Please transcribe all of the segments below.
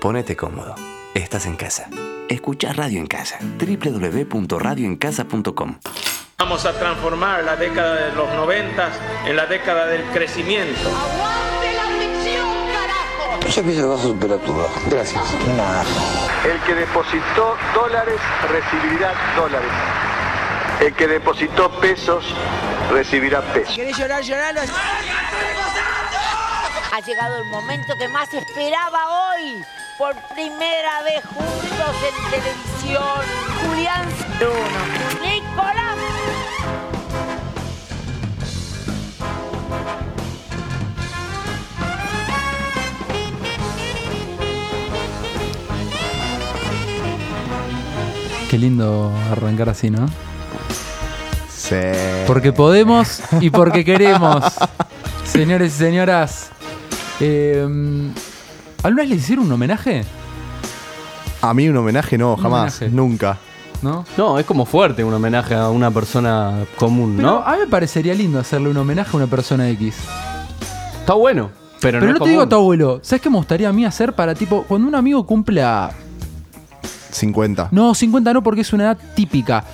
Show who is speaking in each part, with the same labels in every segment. Speaker 1: Ponete cómodo. Estás en casa. Escucha Radio en Casa. www.radioencasa.com.
Speaker 2: Vamos a transformar la década de los noventas en la década del crecimiento.
Speaker 3: ¡Aguante la ficción, carajo!
Speaker 4: Yo sé que ella va a superar todo. Gracias. Nada.
Speaker 5: El que depositó dólares recibirá dólares. El que depositó pesos recibirá pesos.
Speaker 6: ¿Querés llorar, lloralo?
Speaker 7: Ha llegado el momento que más esperaba hoy. Por primera vez juntos en televisión. Julián Bruno. Nicolás.
Speaker 8: Qué lindo arrancar así, ¿no?
Speaker 9: Eh.
Speaker 10: Sí.
Speaker 8: Porque podemos y porque queremos. Señores y señoras. Eh, ¿Alguna vez le hicieron un homenaje?
Speaker 10: A mí un homenaje no, jamás,
Speaker 8: homenaje.
Speaker 10: nunca.
Speaker 8: ¿No?
Speaker 9: No, es como fuerte un homenaje a una persona común,
Speaker 8: Pero
Speaker 9: ¿no?
Speaker 8: a mí me parecería lindo hacerle un homenaje a una persona X.
Speaker 9: Está bueno, pero,
Speaker 8: Pero,
Speaker 9: no, es
Speaker 8: no, te digo a
Speaker 9: común.
Speaker 8: tu abuelo. ¿Sabes qué me gustaría a mí hacer para tipo, cuando un amigo cumpla
Speaker 10: 50.
Speaker 8: No, 50 no, porque es una edad típica.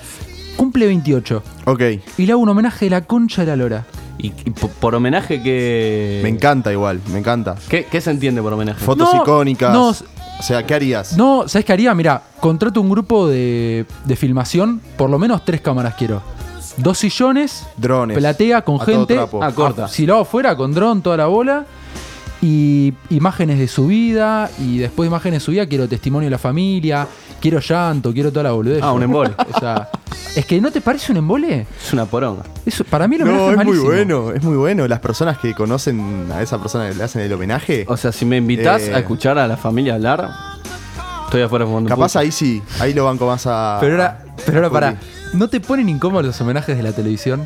Speaker 8: Cumple 28.
Speaker 10: Ok,
Speaker 8: Y le hago un homenaje de la concha de la lora.
Speaker 9: Y, y po- por homenaje que...
Speaker 10: me encanta igual, me encanta.
Speaker 9: ¿Qué, qué se entiende por homenaje?
Speaker 10: Fotos
Speaker 8: No,
Speaker 10: icónicas.
Speaker 8: no.
Speaker 10: O sea, ¿qué harías?
Speaker 8: No, ¿sabes qué haría? Mira, contrato un grupo de, de filmación. Por lo menos tres cámaras quiero. Dos sillones,
Speaker 10: Drones.
Speaker 8: platea con
Speaker 10: A todo
Speaker 8: gente.
Speaker 10: trapo.
Speaker 9: Ah, corta.
Speaker 8: Ah, Si lo hago fuera, con dron, toda la bola. Y imágenes de su vida. Y después de imágenes de su vida, quiero testimonio de la familia. Quiero llanto, quiero toda la boludez.
Speaker 9: Ah, un embole.
Speaker 8: O sea, es que ¿no te parece un embole?
Speaker 9: Es una poronga.
Speaker 8: Eso, para mí lo
Speaker 10: No,
Speaker 8: homenaje
Speaker 10: es muy
Speaker 8: malísimo.
Speaker 10: bueno, es muy bueno. Las personas que conocen a esa persona que le hacen el homenaje,
Speaker 9: O sea, si me invitas
Speaker 10: Eh.
Speaker 9: a escuchar a la familia hablar, estoy afuera fumando un
Speaker 10: capaz
Speaker 9: pucho.
Speaker 10: ahí sí, ahí lo banco más a.
Speaker 8: Pero ahora, pero ahora
Speaker 10: Juli.
Speaker 8: pará, ¿no te ponen incómodos los homenajes de la televisión?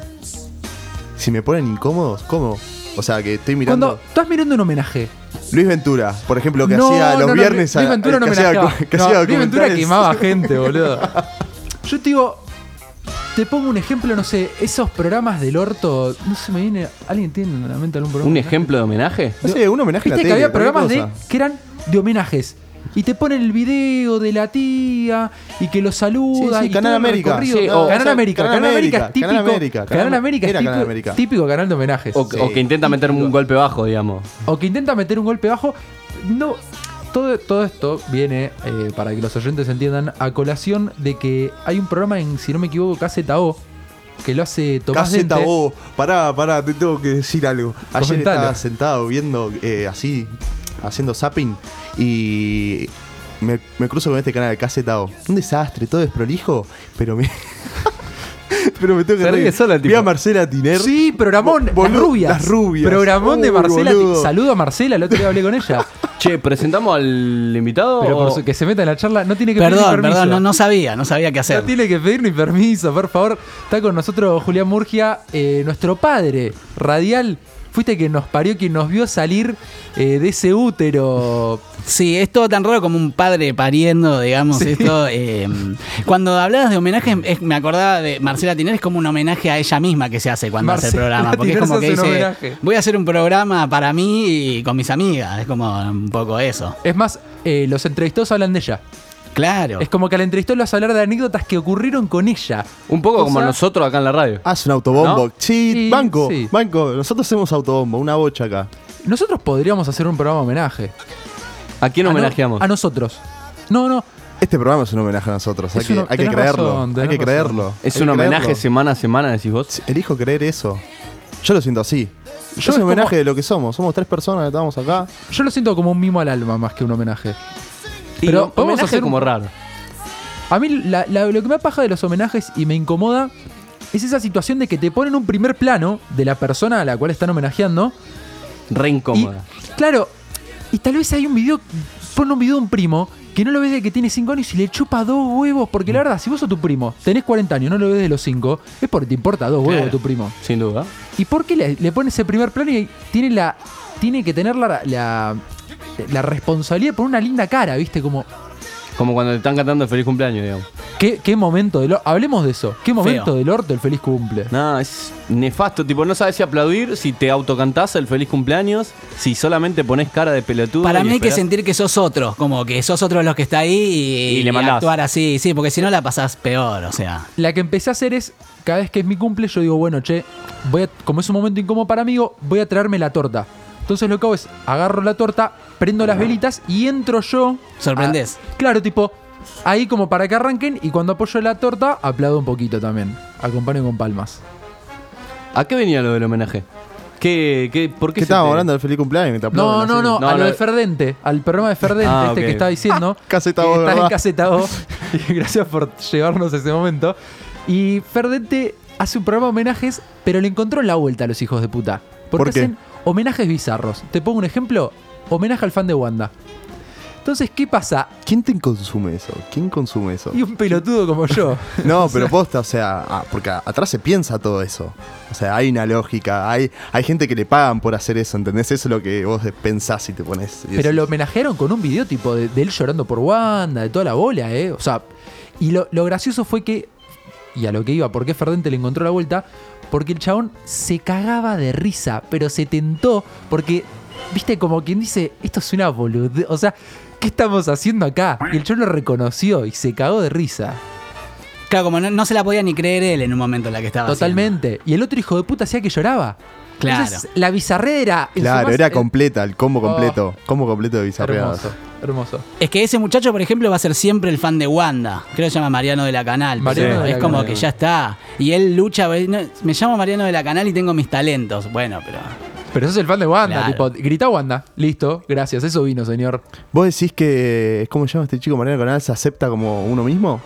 Speaker 10: Si me ponen incómodos, ¿cómo? O sea, que estoy mirando.
Speaker 8: Cuando estás mirando un homenaje.
Speaker 10: Luis Ventura, por ejemplo, que hacía los
Speaker 8: no,
Speaker 10: viernes
Speaker 8: Luis
Speaker 10: a-
Speaker 8: Ventura no
Speaker 10: que hacía
Speaker 8: homenajeaba.
Speaker 10: docu- que
Speaker 8: No,
Speaker 10: hacía
Speaker 8: Luis Ventura
Speaker 10: documentales.
Speaker 8: quemaba gente, boludo. Yo te digo, te pongo un ejemplo, no sé, esos programas del orto, no se me viene, ¿alguien tiene en la mente algún programa?
Speaker 9: ¿Un ejemplo de homenaje?
Speaker 10: No sé, un homenaje a la
Speaker 8: Viste que
Speaker 10: tele,
Speaker 8: había
Speaker 10: cualquier
Speaker 8: programas de,
Speaker 10: cosa.
Speaker 8: que eran de homenajes. Y te ponen el video de la tía y que lo saluda.
Speaker 10: Sí, sí,
Speaker 8: y
Speaker 10: Canal
Speaker 8: todo el
Speaker 10: América.
Speaker 8: recorrido.
Speaker 10: Sí,
Speaker 9: o-
Speaker 8: Canal,
Speaker 9: o sea,
Speaker 8: América.
Speaker 10: Canal
Speaker 8: Canal América es
Speaker 10: América,
Speaker 8: típico.
Speaker 10: Canal América,
Speaker 8: Canal América es
Speaker 10: era Canal
Speaker 8: típico-
Speaker 10: América.
Speaker 8: típico canal de homenajes.
Speaker 9: O, o que intenta meter un golpe bajo, digamos.
Speaker 8: O que intenta meter un golpe bajo. No. Todo, todo esto viene, eh, para que los oyentes entiendan, a colación de que hay un programa en, si no me equivoco, KZO, que lo hace Tomás
Speaker 10: Caseta
Speaker 8: Dente.
Speaker 10: vos, pará, pará, te tengo que decir algo. Ayer
Speaker 8: Comentalo.
Speaker 10: estaba sentado viendo eh, así, haciendo zapping y me, me cruzo con este canal de Caseta O. Un desastre, todo es prolijo, pero me. pero me tengo que
Speaker 9: Se ríe sola, tipo.
Speaker 10: Vi a Marcela Tiner.
Speaker 8: Sí, programón.
Speaker 10: Bo-
Speaker 8: las
Speaker 10: boludo,
Speaker 8: rubias.
Speaker 10: las rubias.
Speaker 8: Programón de
Speaker 10: Uy,
Speaker 8: Marcela.
Speaker 10: boludo.
Speaker 8: Saludo a Marcela, el otro día hablé con ella.
Speaker 9: Che, ¿presentamos al invitado?
Speaker 8: Pero por
Speaker 10: Oh.
Speaker 9: o-
Speaker 8: su- que se meta en la charla, no tiene que pedir ni
Speaker 11: Perdón,
Speaker 8: permiso.
Speaker 11: perdón, no, no sabía, no sabía qué hacer.
Speaker 8: No tiene que pedir ni permiso, por favor. Está con nosotros Julián Murgia, eh, nuestro padre radial. Fuiste quien nos parió, quien nos vio salir eh, de ese útero.
Speaker 11: Sí, es todo tan raro como un padre pariendo, digamos. Esto, eh, cuando hablabas de homenaje, es- me acordaba de Marcela Tiner, es como un homenaje a ella misma que se hace cuando hace
Speaker 8: Marcela
Speaker 11: el programa. Porque es
Speaker 8: Tiner se
Speaker 11: como que
Speaker 8: hace un
Speaker 11: dice,
Speaker 8: homenaje.
Speaker 11: voy a hacer un programa para mí y con mis amigas. Es como un poco eso.
Speaker 8: Es más, eh, los entrevistados hablan de ella.
Speaker 11: Claro.
Speaker 8: Es como que al entrevistado lo hace hablar de anécdotas que ocurrieron con ella.
Speaker 9: Un poco como
Speaker 8: Cosa-
Speaker 9: nosotros acá en la radio.
Speaker 10: Haz un autobombo.
Speaker 9: ¿No?
Speaker 10: Sí,
Speaker 8: Sí,
Speaker 10: banco,
Speaker 8: sí.
Speaker 10: banco. Nosotros hacemos autobombo, una bocha acá.
Speaker 8: Nosotros podríamos hacer un programa homenaje.
Speaker 9: ¿A quién
Speaker 8: A Ah, no-
Speaker 9: homenajeamos?
Speaker 8: A nosotros. No, no.
Speaker 10: Este programa es un homenaje a nosotros, hay
Speaker 8: Es
Speaker 10: que,
Speaker 8: uno-
Speaker 10: hay que
Speaker 8: tenés
Speaker 10: creerlo.
Speaker 8: razón,
Speaker 10: hay
Speaker 8: tenés
Speaker 10: que
Speaker 8: razón.
Speaker 10: creerlo.
Speaker 9: ¿Es
Speaker 10: hay
Speaker 9: un
Speaker 10: que
Speaker 9: homenaje
Speaker 10: creerlo.
Speaker 9: semana a semana, decís vos?
Speaker 10: Elijo creer eso. Yo lo siento así.
Speaker 8: Yo
Speaker 10: Yo es
Speaker 8: es
Speaker 10: un homenaje
Speaker 8: como-
Speaker 10: de lo que somos. Somos tres personas que estamos acá.
Speaker 8: Yo lo siento como un mimo al alma más que un homenaje.
Speaker 9: Y
Speaker 8: Pero
Speaker 9: un
Speaker 8: podemos
Speaker 9: homenaje
Speaker 8: hacer un-
Speaker 9: como raro.
Speaker 8: A mí la- la- lo que me apaja de los homenajes y me incomoda es esa situación de que te ponen un primer plano de la persona a la cual están homenajeando.
Speaker 9: Re
Speaker 8: Y,
Speaker 9: incómoda.
Speaker 8: claro, y tal vez hay un video, pone un video de un primo que no lo ves de que tiene 5 años y le chupa dos huevos. Porque la verdad, si vos sos tu primo, tenés 40 años, no lo ves de los 5, es porque te importa dos huevos de tu primo.
Speaker 9: Sin duda.
Speaker 8: ¿Y por qué le, le pones ese primer plano y tiene la. tiene que tener la, la, la responsabilidad de poner una linda cara, viste? Como.
Speaker 9: Como cuando te están cantando el feliz cumpleaños, digamos.
Speaker 8: ¿Qué, qué momento del orto? Hablemos de eso. ¿Qué momento
Speaker 11: Feo.
Speaker 8: del orto el feliz cumple?
Speaker 9: No, es nefasto, tipo, no sabes si aplaudir, si te autocantás el feliz cumpleaños, si solamente pones cara de pelotudo.
Speaker 11: Para
Speaker 9: y
Speaker 11: mí hay que
Speaker 9: esperás.
Speaker 11: sentir que sos otro, como que sos otro de los que está ahí y,
Speaker 9: Y le mandás.
Speaker 11: actuar así, sí, porque si no la pasás peor, o sea.
Speaker 8: La que empecé a hacer es, cada vez que es mi cumple, yo digo, bueno, che, voy a, como es un momento incómodo para mí, digo, voy a traerme la torta. Entonces lo que hago es, agarro la torta, prendo las velitas y entro yo.
Speaker 11: Sorprendés.
Speaker 8: a- claro, tipo, ahí como para que arranquen y cuando apoyo la torta, aplaudo un poquito también. Acompaño con palmas.
Speaker 9: ¿A qué venía lo del homenaje? ¿Qué, qué, ¿Por qué,
Speaker 10: ¿Qué
Speaker 9: se
Speaker 10: estábamos
Speaker 9: te-
Speaker 10: hablando del feliz cumpleaños?
Speaker 8: No,
Speaker 10: Te aplauden
Speaker 8: no,
Speaker 10: así.
Speaker 8: no,
Speaker 9: No,
Speaker 8: a lo
Speaker 9: no.
Speaker 8: de Ferdente, al programa de Ferdente,
Speaker 9: Ah,
Speaker 8: este
Speaker 9: ok.
Speaker 8: que estaba diciendo.
Speaker 10: Caseta
Speaker 8: que
Speaker 10: vos,
Speaker 8: estás en
Speaker 10: ¿verdad?
Speaker 8: caseta vos. Y gracias por llevarnos a ese momento. Y Ferdente hace un programa de homenajes, pero le encontró la vuelta a los hijos de puta. Porque
Speaker 10: ¿Por qué?
Speaker 8: hacen homenajes bizarros. Te pongo un ejemplo: homenaje al fan de Wanda. Entonces, ¿qué pasa?
Speaker 10: ¿Quién te consume eso? ¿Quién consume eso?
Speaker 8: Y un pelotudo como yo.
Speaker 10: No, pero posta, o sea, ah, porque a- atrás se piensa todo eso. O sea, hay una lógica, hay, hay gente que le pagan por hacer eso, ¿entendés? Eso es lo que vos pensás y te pones. y
Speaker 8: Pero
Speaker 10: decís,
Speaker 8: lo homenajearon con un video tipo de, de él llorando por Wanda, de toda la bola, ¿eh? O sea, y lo, lo gracioso fue que, y a lo que iba, porque Ferdente le encontró la vuelta, porque el chabón se cagaba de risa, pero se tentó, porque, viste, como quien dice, esto es una boludez, o sea, ¿qué estamos haciendo acá? Y el chabón lo reconoció y se cagó de risa.
Speaker 11: Claro, como no, no se la podía ni creer él en un momento en la que estaba.
Speaker 8: Totalmente. Y el otro hijo de puta hacía que lloraba.
Speaker 11: Claro.
Speaker 8: Entonces, la bizarrera. en su
Speaker 10: Claro,
Speaker 8: más-
Speaker 10: era
Speaker 8: eh,
Speaker 10: completa, el combo completo. combo completo de bizarreadas.
Speaker 8: Hermoso, hermoso.
Speaker 11: haciendo. Es que ese muchacho, por ejemplo, va a ser siempre el fan de Wanda. Creo que se llama Mariano de la Canal. pero
Speaker 8: Mariano de
Speaker 11: es
Speaker 8: la
Speaker 11: como
Speaker 8: Canal.
Speaker 11: que ya está. Y él lucha. ve- no, me llamo Mariano de la Canal y tengo mis talentos. Bueno, pero.
Speaker 8: Pero sos el fan de Wanda,
Speaker 11: Claro.
Speaker 8: tipo, grita Wanda, listo, gracias, eso vino, señor.
Speaker 10: ¿Vos decís que, ¿cómo se llama este chico? Mariano Canal se acepta como uno mismo?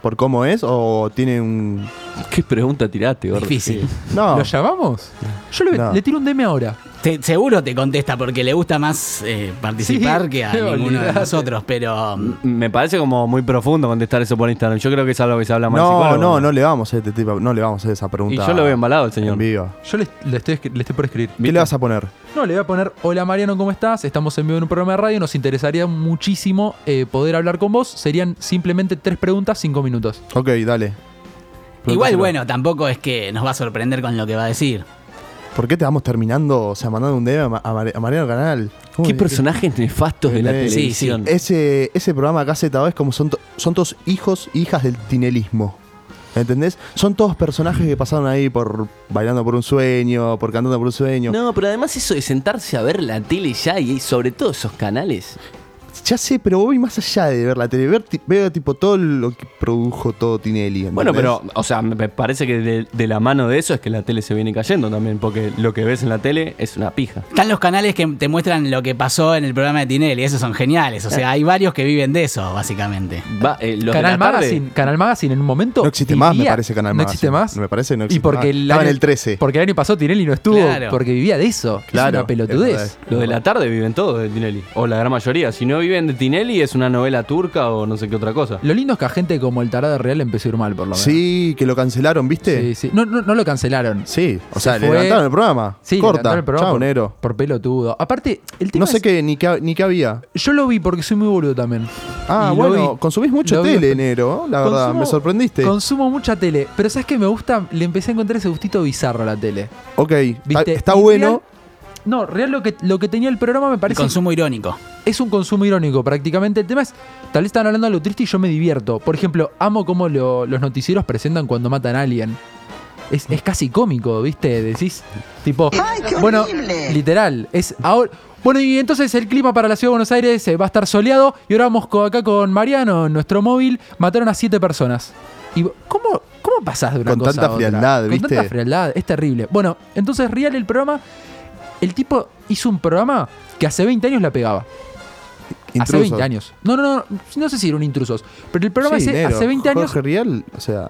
Speaker 10: ¿Por cómo es? ¿O tiene un.?
Speaker 9: ¿Qué pregunta tiraste, gordo?
Speaker 11: Difícil.
Speaker 10: No.
Speaker 8: ¿Lo llamamos? Yo le,
Speaker 10: Ah. No.
Speaker 8: le tiro un DM ahora.
Speaker 11: Te- seguro te contesta porque le gusta más eh, participar
Speaker 8: Sí,
Speaker 11: que a
Speaker 8: qué
Speaker 11: ninguno de
Speaker 8: olvidate.
Speaker 11: nosotros, pero. mm,
Speaker 9: Me parece como muy profundo contestar eso por Instagram. Yo creo que es algo que se habla más en
Speaker 10: No,
Speaker 9: psicólogo.
Speaker 10: no, no le vamos a este tipo, no le vamos a hacer esa
Speaker 9: Y
Speaker 10: pregunta.
Speaker 9: yo lo veo embalado, el señor.
Speaker 10: en vivo.
Speaker 8: Yo le, le estoy, escri- le estoy por escribir.
Speaker 10: ¿Qué le vas a poner?
Speaker 8: No, le voy a poner, hola Mariano, ¿cómo estás? Estamos en vivo en un programa de radio, nos interesaría muchísimo eh, poder hablar con vos. Serían simplemente tres preguntas, cinco minutos.
Speaker 10: Ok, dale.
Speaker 11: Igual,
Speaker 10: Preguntáselo.
Speaker 11: bueno, tampoco es que nos va a sorprender con lo que va a decir.
Speaker 10: ¿Por qué te vamos terminando, o sea, mandando un DM a, Ma- a Mar- a Mariano Canal? Uy,
Speaker 9: Qué personajes nefastos de la
Speaker 10: Sí, sí.
Speaker 9: televisión.
Speaker 10: Ese, ese programa acá ZO es como son, to- son todos hijos e hijas del tinelismo. ¿Entendés? Son todos personajes que pasaron ahí por bailando por un sueño, por cantando por un sueño.
Speaker 9: No, pero además eso de sentarse a ver la tele ya y sobre todo esos canales.
Speaker 10: Ya sé, pero voy más allá de ver la tele. Ver ti- veo tipo todo lo que produjo todo Tinelli. ¿entendés?
Speaker 9: Bueno, pero, o sea, me parece que de, de la mano de eso es que la tele se viene cayendo también, porque lo que ves en la tele es una pija.
Speaker 11: Están los canales que te muestran lo que pasó en el programa de Tinelli, esos son geniales. O sea, hay varios que viven de eso, básicamente.
Speaker 9: Va, eh, los de la
Speaker 8: Canal
Speaker 9: tarde-
Speaker 8: Magazine, Canal Magazine en un momento.
Speaker 10: No existe más, me
Speaker 8: vivía-
Speaker 10: parece, Canal
Speaker 8: ¿No existe
Speaker 10: Magazine.
Speaker 8: más?
Speaker 10: Me parece que no
Speaker 8: Y
Speaker 10: existe
Speaker 8: porque
Speaker 10: más.
Speaker 8: el
Speaker 10: Estaba en
Speaker 8: año-
Speaker 10: el 13.
Speaker 8: Porque el año pasado Tinelli no estuvo,
Speaker 11: Claro.
Speaker 8: porque vivía de eso. Claro. Es
Speaker 10: Claro,
Speaker 8: una
Speaker 10: es
Speaker 8: pelotudez.
Speaker 10: verdad.
Speaker 9: Los de la tarde viven todo de Tinelli. O la gran mayoría. Si no viven de Tinelli, es una novela turca o no sé qué otra cosa.
Speaker 8: Lo lindo es que a gente como el tarado real empezó a ir mal, por lo menos.
Speaker 10: Sí, que lo cancelaron,
Speaker 8: Sí,
Speaker 10: ¿viste? Sí.
Speaker 8: sí. No, no, no lo cancelaron.
Speaker 10: O sea,
Speaker 8: Se
Speaker 10: le
Speaker 8: fue.
Speaker 10: levantaron el programa.
Speaker 8: Sí,
Speaker 10: Corta.
Speaker 8: levantaron el programa
Speaker 10: Chao,
Speaker 8: por-
Speaker 10: negro.
Speaker 8: Por pelotudo. Aparte, el tema
Speaker 10: No sé
Speaker 8: es-
Speaker 10: qué, ni qué, ni qué había.
Speaker 8: Yo lo vi porque soy muy boludo también.
Speaker 10: Ah,
Speaker 8: Y lo
Speaker 10: bueno,
Speaker 8: vi.
Speaker 10: consumís mucho
Speaker 8: Lo vi.
Speaker 10: tele, negro. ¿no? La verdad,
Speaker 8: Consumo-
Speaker 10: me sorprendiste.
Speaker 8: Consumo mucha tele, pero ¿sabes qué me gusta? Le empecé a encontrar ese gustito bizarro a la tele.
Speaker 10: Ok, está,
Speaker 8: ¿Viste?
Speaker 10: está
Speaker 8: Y
Speaker 10: bueno.
Speaker 8: real- no, real lo que, lo que tenía el programa me
Speaker 11: El
Speaker 8: parece.
Speaker 11: consumo irónico.
Speaker 8: Es un consumo irónico, prácticamente. El tema es, tal vez están hablando de lo triste y yo me divierto. Por ejemplo, amo cómo lo- los noticieros presentan cuando matan a alguien. Es, es casi cómico, ¿viste? Decís, tipo, bueno, literal, es ahora... Bueno, y entonces el clima para la ciudad de Buenos Aires eh, va a estar soleado y ahora vamos co- acá con Mariano, en nuestro móvil, mataron a siete personas. ¿Y vo- cómo, cómo pasás de una
Speaker 10: Con
Speaker 8: cosa
Speaker 10: tanta
Speaker 8: a otra?
Speaker 10: frialdad,
Speaker 8: Con tanta
Speaker 10: ¿viste?
Speaker 8: frialdad, es terrible. Bueno, entonces Real el programa, el tipo hizo un programa que hace 20 años la pegaba. Hace
Speaker 10: Intrusos.
Speaker 8: 20 años. No, no, no, no sé si eran intrusos. Pero el programa
Speaker 10: Sí,
Speaker 8: ese,
Speaker 10: negro.
Speaker 8: hace 20 años.
Speaker 10: Jorge Rial, o sea.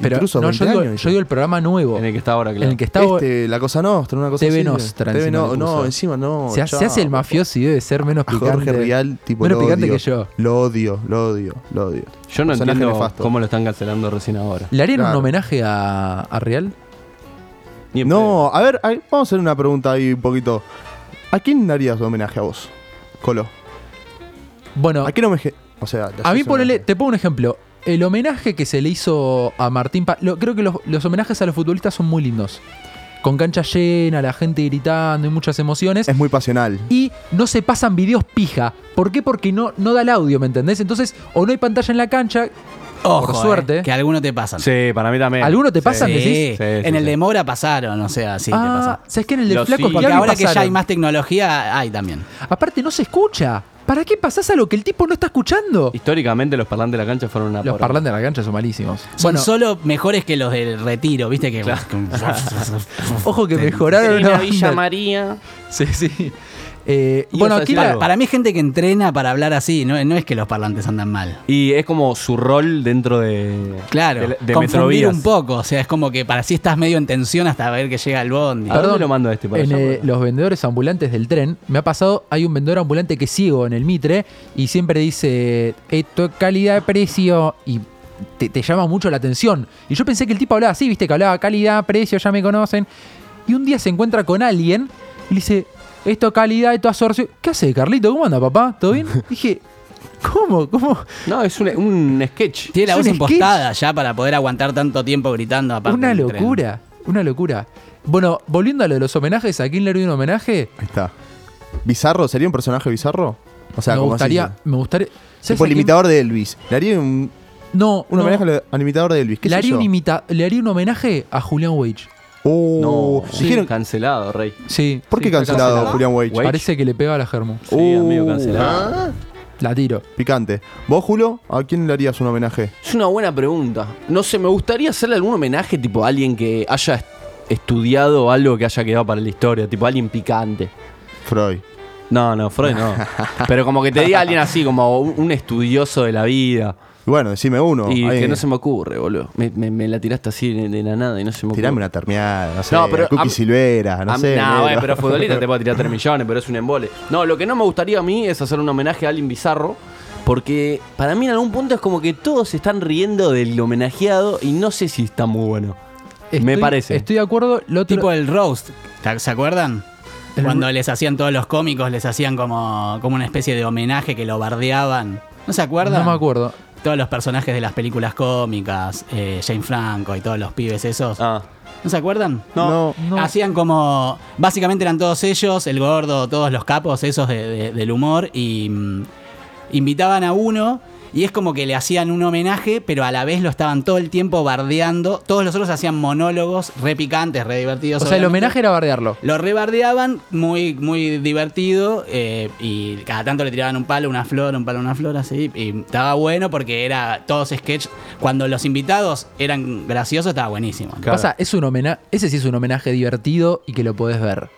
Speaker 8: pero
Speaker 10: intrusos,
Speaker 8: no,
Speaker 10: 20
Speaker 8: yo, digo,
Speaker 10: años,
Speaker 8: yo digo el programa nuevo.
Speaker 9: En el que está ahora,
Speaker 8: en
Speaker 9: claro.
Speaker 8: el que está. ahora-
Speaker 10: Este, la cosa nostra, una cosa
Speaker 8: TV
Speaker 10: así.
Speaker 8: Nostra
Speaker 10: TV
Speaker 8: encima
Speaker 10: no,
Speaker 8: le
Speaker 10: no,
Speaker 8: puso.
Speaker 10: encima no.
Speaker 8: se, ha- se
Speaker 10: chao.
Speaker 8: hace el mafioso y debe ser menos
Speaker 10: A
Speaker 8: picante.
Speaker 10: Jorge Rial, tipo.
Speaker 8: menos
Speaker 10: lo
Speaker 8: picante
Speaker 10: odio.
Speaker 8: que yo.
Speaker 10: Lo odio, lo odio, lo odio.
Speaker 9: Yo no
Speaker 10: Personaje
Speaker 9: entiendo
Speaker 10: nefasto.
Speaker 9: cómo lo están cancelando recién ahora.
Speaker 8: ¿Le harían
Speaker 10: Claro.
Speaker 8: un homenaje a, a Real?
Speaker 9: Ni en pedo.
Speaker 10: No, a ver, a- vamos a hacer una pregunta ahí un poquito. ¿A quién darías homenaje a vos, Colo?
Speaker 8: Bueno,
Speaker 10: ¿A quién homenaje? O sea, le
Speaker 8: a mí
Speaker 10: haces
Speaker 8: ponele.
Speaker 10: homenaje.
Speaker 8: Te pongo un ejemplo. el homenaje que se le hizo a Martín Paz. creo que los, los homenajes a los futbolistas son muy lindos. Con cancha llena, la gente gritando y muchas emociones.
Speaker 10: Es muy pasional.
Speaker 8: Y no se pasan videos pija. ¿Por qué? Porque no, no da el audio, ¿me entendés? Entonces, o no hay pantalla en la cancha.
Speaker 11: Ojo,
Speaker 8: por
Speaker 11: eh,
Speaker 8: suerte.
Speaker 11: que algunos te pasan.
Speaker 9: Sí, para mí también.
Speaker 8: ¿Alguno te
Speaker 9: Sí.
Speaker 8: pasan?
Speaker 11: Sí,
Speaker 8: decís?
Speaker 9: Sí,
Speaker 11: en
Speaker 9: sí,
Speaker 11: el
Speaker 9: sí.
Speaker 11: de Mora pasaron, o sea, sí, te
Speaker 8: ah,
Speaker 11: pasan.
Speaker 8: ¿sabés que en el del
Speaker 9: Lo
Speaker 8: flaco
Speaker 9: sí.
Speaker 8: Fabián
Speaker 11: Porque ahora que ya
Speaker 8: pasaron?
Speaker 11: hay más tecnología, hay también.
Speaker 8: Aparte, no se escucha. ¿Para qué pasás a lo que el tipo no está escuchando?
Speaker 9: Históricamente los parlantes de la cancha fueron una
Speaker 8: Los
Speaker 9: poronga.
Speaker 8: parlantes de la cancha son malísimos.
Speaker 11: Son
Speaker 8: Bueno,
Speaker 11: solo mejores que los del retiro, ¿viste? Que,
Speaker 8: ojo que mejoraron. una banda.
Speaker 9: María.
Speaker 8: Sí, sí. Eh,
Speaker 9: Y
Speaker 8: bueno,
Speaker 9: ibas a
Speaker 8: aquí
Speaker 9: decir
Speaker 8: la-
Speaker 9: algo.
Speaker 11: Para mí es gente que entrena para hablar así, no, no es que los parlantes andan mal.
Speaker 9: Y es como su rol dentro de.
Speaker 11: Claro,
Speaker 9: de, de
Speaker 11: confundir
Speaker 9: Metrovías.
Speaker 11: un poco, o sea, es como que para si estás medio en tensión hasta ver que llega el bondi.
Speaker 9: ¿A dónde lo mando a este? Para
Speaker 8: en,
Speaker 9: allá,
Speaker 8: eh,
Speaker 9: para acá.
Speaker 8: los vendedores ambulantes del tren, me ha pasado, hay un vendedor ambulante que es ciego en el Mitre y siempre dice, esto es calidad de precio y te, te llama mucho la atención. Y yo pensé que el tipo hablaba así, viste, que hablaba calidad, precio, ya me conocen. Y un día se encuentra con alguien y le dice, esto es calidad, esto es sorcio. ¿Qué hace, Carlito? ¿Cómo anda, papá? ¿Todo bien? Dije, ¿cómo? ¿Cómo?
Speaker 9: No, es un, un sketch.
Speaker 11: Tiene la
Speaker 8: Es
Speaker 11: voz
Speaker 8: un
Speaker 11: impostada ya para poder aguantar tanto tiempo gritando. aparte
Speaker 8: Una
Speaker 11: del tren.
Speaker 8: locura, una locura. Bueno, volviendo a lo de los homenajes, ¿a quién le doy un homenaje?
Speaker 10: Ahí está. ¿Bizarro? ¿Sería un personaje bizarro? O sea,
Speaker 8: me,
Speaker 10: como
Speaker 8: gustaría,
Speaker 10: así.
Speaker 8: me gustaría... ¿sabes
Speaker 10: Tipo
Speaker 8: a
Speaker 10: el
Speaker 8: quién?
Speaker 10: imitador de Elvis. Le haría un,
Speaker 8: No,
Speaker 10: un
Speaker 8: no.
Speaker 10: homenaje al- al imitador de Elvis. ¿Qué
Speaker 8: le,
Speaker 10: sé
Speaker 8: haría
Speaker 10: yo?
Speaker 8: un imita- le haría un homenaje a Julián Wage.
Speaker 10: Oh,
Speaker 9: No,
Speaker 10: dijeron,
Speaker 9: cancelado, Rey.
Speaker 8: Sí.
Speaker 10: ¿Por qué
Speaker 9: Sí, está
Speaker 10: cancelado,
Speaker 9: cancelado.
Speaker 10: Julian Wage?
Speaker 9: Wage.
Speaker 8: Parece que le pega a la Germu.
Speaker 9: Sí, amigo, cancelado.
Speaker 8: La tiro.
Speaker 10: Picante. ¿Vos, Julio? ¿A quién le harías un homenaje?
Speaker 9: Es una buena pregunta. No sé, me gustaría hacerle algún homenaje tipo a alguien que haya est- estudiado algo que haya quedado para la historia, tipo alguien picante.
Speaker 10: Freud.
Speaker 9: No, no, Freud no. Pero como que te diga alguien así, como un un estudioso de la vida.
Speaker 10: Y Bueno, decime uno.
Speaker 9: y
Speaker 10: Ahí,
Speaker 9: que no se me ocurre, boludo. Me, me- me la tiraste así de, de la nada y no se me ocurre.
Speaker 10: Tirame una termiada, no sé.
Speaker 9: No, pero
Speaker 10: Cookie
Speaker 9: a mí-
Speaker 10: Silvera, no
Speaker 9: Ah,
Speaker 10: sé.
Speaker 9: nah,
Speaker 10: negro.
Speaker 9: bueno, pero futbolista te puedo tirar 3 millones, pero es un embole. No, lo que no me gustaría a mí es hacer un homenaje a alguien bizarro. Porque para mí en algún punto es como que todos se están riendo del homenajeado y no sé si está muy bueno. Me
Speaker 8: Estoy-
Speaker 9: parece.
Speaker 8: Estoy de acuerdo. Lo otro-
Speaker 11: Tipo el roast, ¿te- ¿se acuerdan?
Speaker 8: El
Speaker 11: Cuando les hacían todos los cómicos, les hacían como, como una especie de homenaje que lo bardeaban. ¿No se acuerdan?
Speaker 8: no me acuerdo.
Speaker 11: Todos los personajes de las películas cómicas, eh, Jane Franco y todos los pibes esos.
Speaker 9: Ah,
Speaker 11: ¿No se acuerdan?
Speaker 10: No.
Speaker 8: No.
Speaker 11: Hacían como. Básicamente eran todos ellos, el gordo, todos los capos esos de- de- del humor, y mm, invitaban a uno. Y es como que le hacían un homenaje, pero a la vez lo estaban todo el tiempo bardeando. Todos los otros hacían monólogos re picantes, re
Speaker 8: O
Speaker 11: divertidos.
Speaker 8: sea, el
Speaker 11: obviamente.
Speaker 8: homenaje era bardearlo.
Speaker 11: Lo rebardeaban, muy, muy divertido, eh, y cada tanto le tiraban un palo, una flor, un palo, una flor, así. Y estaba bueno porque era todos sketch. Cuando los invitados eran graciosos, estaba buenísimo.
Speaker 8: ¿Qué pasa? Es un homenaje. Ese sí es un homenaje divertido y que lo podés ver.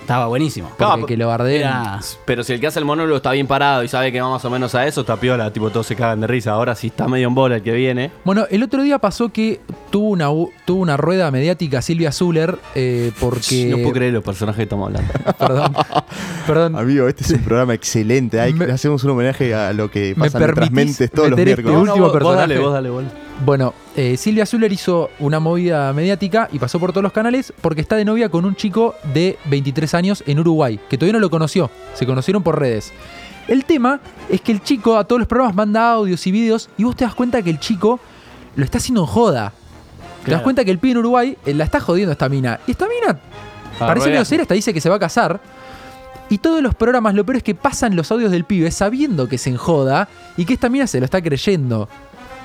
Speaker 11: Estaba buenísimo.
Speaker 8: Porque
Speaker 9: Claro,
Speaker 8: que lo bardeen.
Speaker 11: Era-
Speaker 9: pero si el que hace el monólogo está bien parado y sabe que va más o menos a eso, está piola, tipo todos se cagan de risa. Ahora sí está medio en bola el que viene.
Speaker 8: Bueno, el otro día pasó que tuvo una, u- tuvo una rueda mediática Silvia Zuller eh, porque.
Speaker 9: No puedo creer los personajes que estamos hablando.
Speaker 8: Perdón. Perdón.
Speaker 10: Amigo, este es un programa excelente. Hay que-
Speaker 8: Me-
Speaker 10: le hacemos un homenaje a lo que
Speaker 8: ¿Me
Speaker 10: pasa en nuestras
Speaker 8: permitís
Speaker 10: mentes todos los
Speaker 8: meter este
Speaker 10: miércoles.
Speaker 8: último
Speaker 9: vos, vos
Speaker 8: personaje?
Speaker 9: dale, vos dale, vos. dale.
Speaker 8: Bueno, eh, Silvia Zuller hizo una movida mediática y pasó por todos los canales porque está de novia con un chico de 23 años en Uruguay, que todavía no lo conoció, se conocieron por redes. El tema es que el chico a todos los programas manda audios y videos y vos te das cuenta que el chico lo está haciendo en joda. Te das
Speaker 11: Claro.
Speaker 8: cuenta que el pibe en Uruguay eh, la está jodiendo esta mina. Y esta mina
Speaker 9: Ah,
Speaker 8: Parece medio seria, hasta dice que se va a casar. Y todos los programas, lo peor es que pasan los audios del pibe sabiendo que se enjoda y que esta mina se lo está creyendo.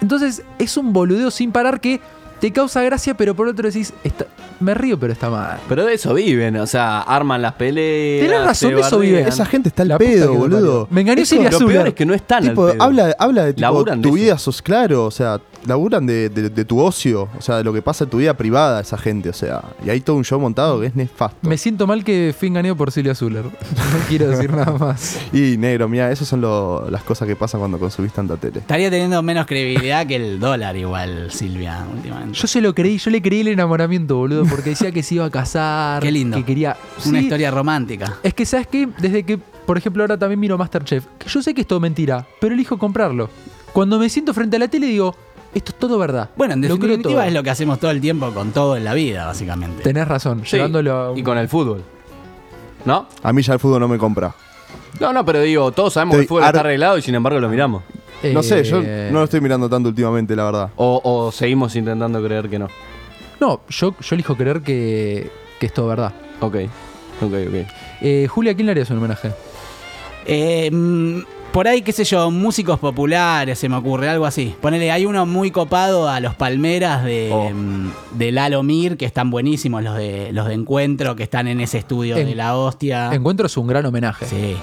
Speaker 8: Entonces es un boludeo sin parar que te causa gracia, pero por otro decís, "Está- me río, pero está mal.
Speaker 9: Pero de eso viven, o sea, arman las peleas.
Speaker 8: Tenés razón,
Speaker 9: Eh, se
Speaker 8: de eso
Speaker 9: bardean.
Speaker 8: viven.
Speaker 10: Esa gente está al
Speaker 8: La puta
Speaker 10: pedo,
Speaker 8: que lo parió.
Speaker 10: boludo.
Speaker 8: Me engañó
Speaker 10: Eso-
Speaker 8: Silvia
Speaker 9: Lo
Speaker 8: Zuller.
Speaker 9: peor es que no están al
Speaker 10: Tipo,
Speaker 9: pedo.
Speaker 10: habla, habla de tipo,
Speaker 9: Laburan de
Speaker 10: tu
Speaker 9: eso.
Speaker 10: vida, sos claro, o sea, laburan de, de- de tu ocio, o sea, de lo que pasa en tu vida privada, esa gente, o sea, y hay todo un show montado que es nefasto.
Speaker 8: Me siento mal que fui engañado por Silvia Zuller. No quiero decir nada más.
Speaker 10: Y negro, mira, esas son lo- las cosas que pasan cuando consumís tanta tele.
Speaker 11: Estaría teniendo menos credibilidad que el dólar igual, Silvia, últimamente.
Speaker 8: Yo se lo creí, yo le creí el enamoramiento, boludo, porque decía que se iba a casar.
Speaker 11: Qué lindo.
Speaker 8: Que quería.
Speaker 11: Una
Speaker 8: Sí,
Speaker 11: historia romántica.
Speaker 8: Es que, ¿sabes qué? Desde que, por ejemplo, ahora también miro Masterchef, que yo sé que es todo mentira, pero elijo comprarlo. Cuando me siento frente a la tele digo, esto es todo verdad.
Speaker 11: Bueno, en
Speaker 8: Lo creo
Speaker 11: definitiva
Speaker 8: todo.
Speaker 11: es lo que hacemos todo el tiempo con todo en la vida, básicamente.
Speaker 8: Tenés razón,
Speaker 9: Sí,
Speaker 8: llevándolo a...
Speaker 9: Y con el fútbol. ¿No?
Speaker 10: A mí ya el fútbol no me compra.
Speaker 9: No, no, pero digo, todos sabemos que
Speaker 10: Estoy
Speaker 9: el fútbol
Speaker 10: ar-
Speaker 9: está arreglado y sin embargo lo miramos.
Speaker 10: No sé,
Speaker 8: Eh,
Speaker 10: yo no lo estoy mirando tanto últimamente, la verdad.
Speaker 9: O, o seguimos intentando creer que no.
Speaker 8: No, yo, yo elijo creer que, que es todo verdad.
Speaker 9: Ok, ok, ok.
Speaker 8: Eh, Julia, ¿a quién le harías un homenaje?
Speaker 11: Eh, mm, por ahí, qué sé yo, músicos populares, se me ocurre, algo así. Ponele, hay uno muy copado a los Palmeras de,
Speaker 9: Oh.
Speaker 11: mm, de Lalo Mir, que están buenísimos, los de, los de Encuentro, que están en ese estudio
Speaker 8: En-
Speaker 11: de la hostia.
Speaker 8: Encuentro es un gran homenaje.
Speaker 11: Ah. Sí.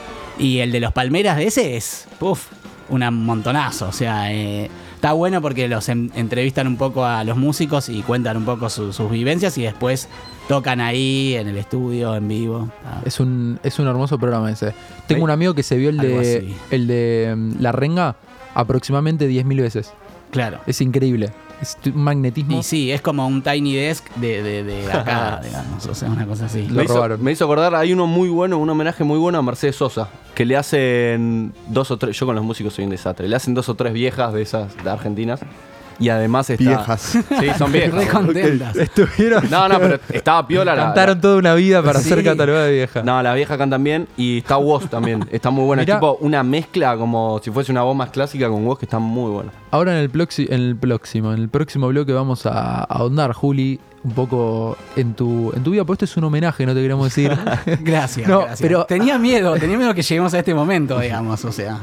Speaker 11: Y el de los Palmeras de ese es, puf, un montonazo. O sea, eh, está bueno porque los en- entrevistan un poco a los músicos y cuentan un poco su- sus vivencias y después tocan ahí en el estudio, en vivo. Ah.
Speaker 8: Es un, es un hermoso programa ese. Tengo
Speaker 9: ¿Sí?
Speaker 8: un amigo que se vio el
Speaker 11: Algo
Speaker 8: de,
Speaker 11: así.
Speaker 8: el de mm, La Renga aproximadamente 10.000 veces.
Speaker 11: Claro.
Speaker 8: Es increíble. Es tu- un magnetismo.
Speaker 11: Y sí, es como un tiny desk de, de, de acá, digamos, o sea, una cosa así.
Speaker 8: Lo
Speaker 9: me, hizo,
Speaker 8: robaron.
Speaker 9: me hizo acordar, hay uno muy bueno, un homenaje muy bueno a Mercedes Sosa, que le hacen dos o tres, yo con los músicos soy un desastre, le hacen dos o tres viejas de esas de argentinas y además está...
Speaker 10: Viejas.
Speaker 9: Sí, son
Speaker 11: Re
Speaker 9: viejas.
Speaker 11: contentas.
Speaker 8: Estuvieron.
Speaker 9: No, no, pero estaba piola la... la-
Speaker 8: Cantaron toda una vida para
Speaker 11: Sí.
Speaker 8: ser catalogada de vieja.
Speaker 9: No, las viejas cantan bien y está Woz también, está muy buena.
Speaker 8: Mirá.
Speaker 9: Es tipo una mezcla como si fuese una voz más clásica con Woz que está muy buena.
Speaker 8: Ahora en el, proxi- en el próximo, en el próximo bloque vamos a ahondar, Juli, un poco en tu, en tu vida, porque esto es un homenaje, no te queremos decir.
Speaker 11: Gracias,
Speaker 8: No,
Speaker 11: gracias.
Speaker 8: pero-
Speaker 11: tenía miedo, tenía miedo que lleguemos a este momento, digamos, o sea.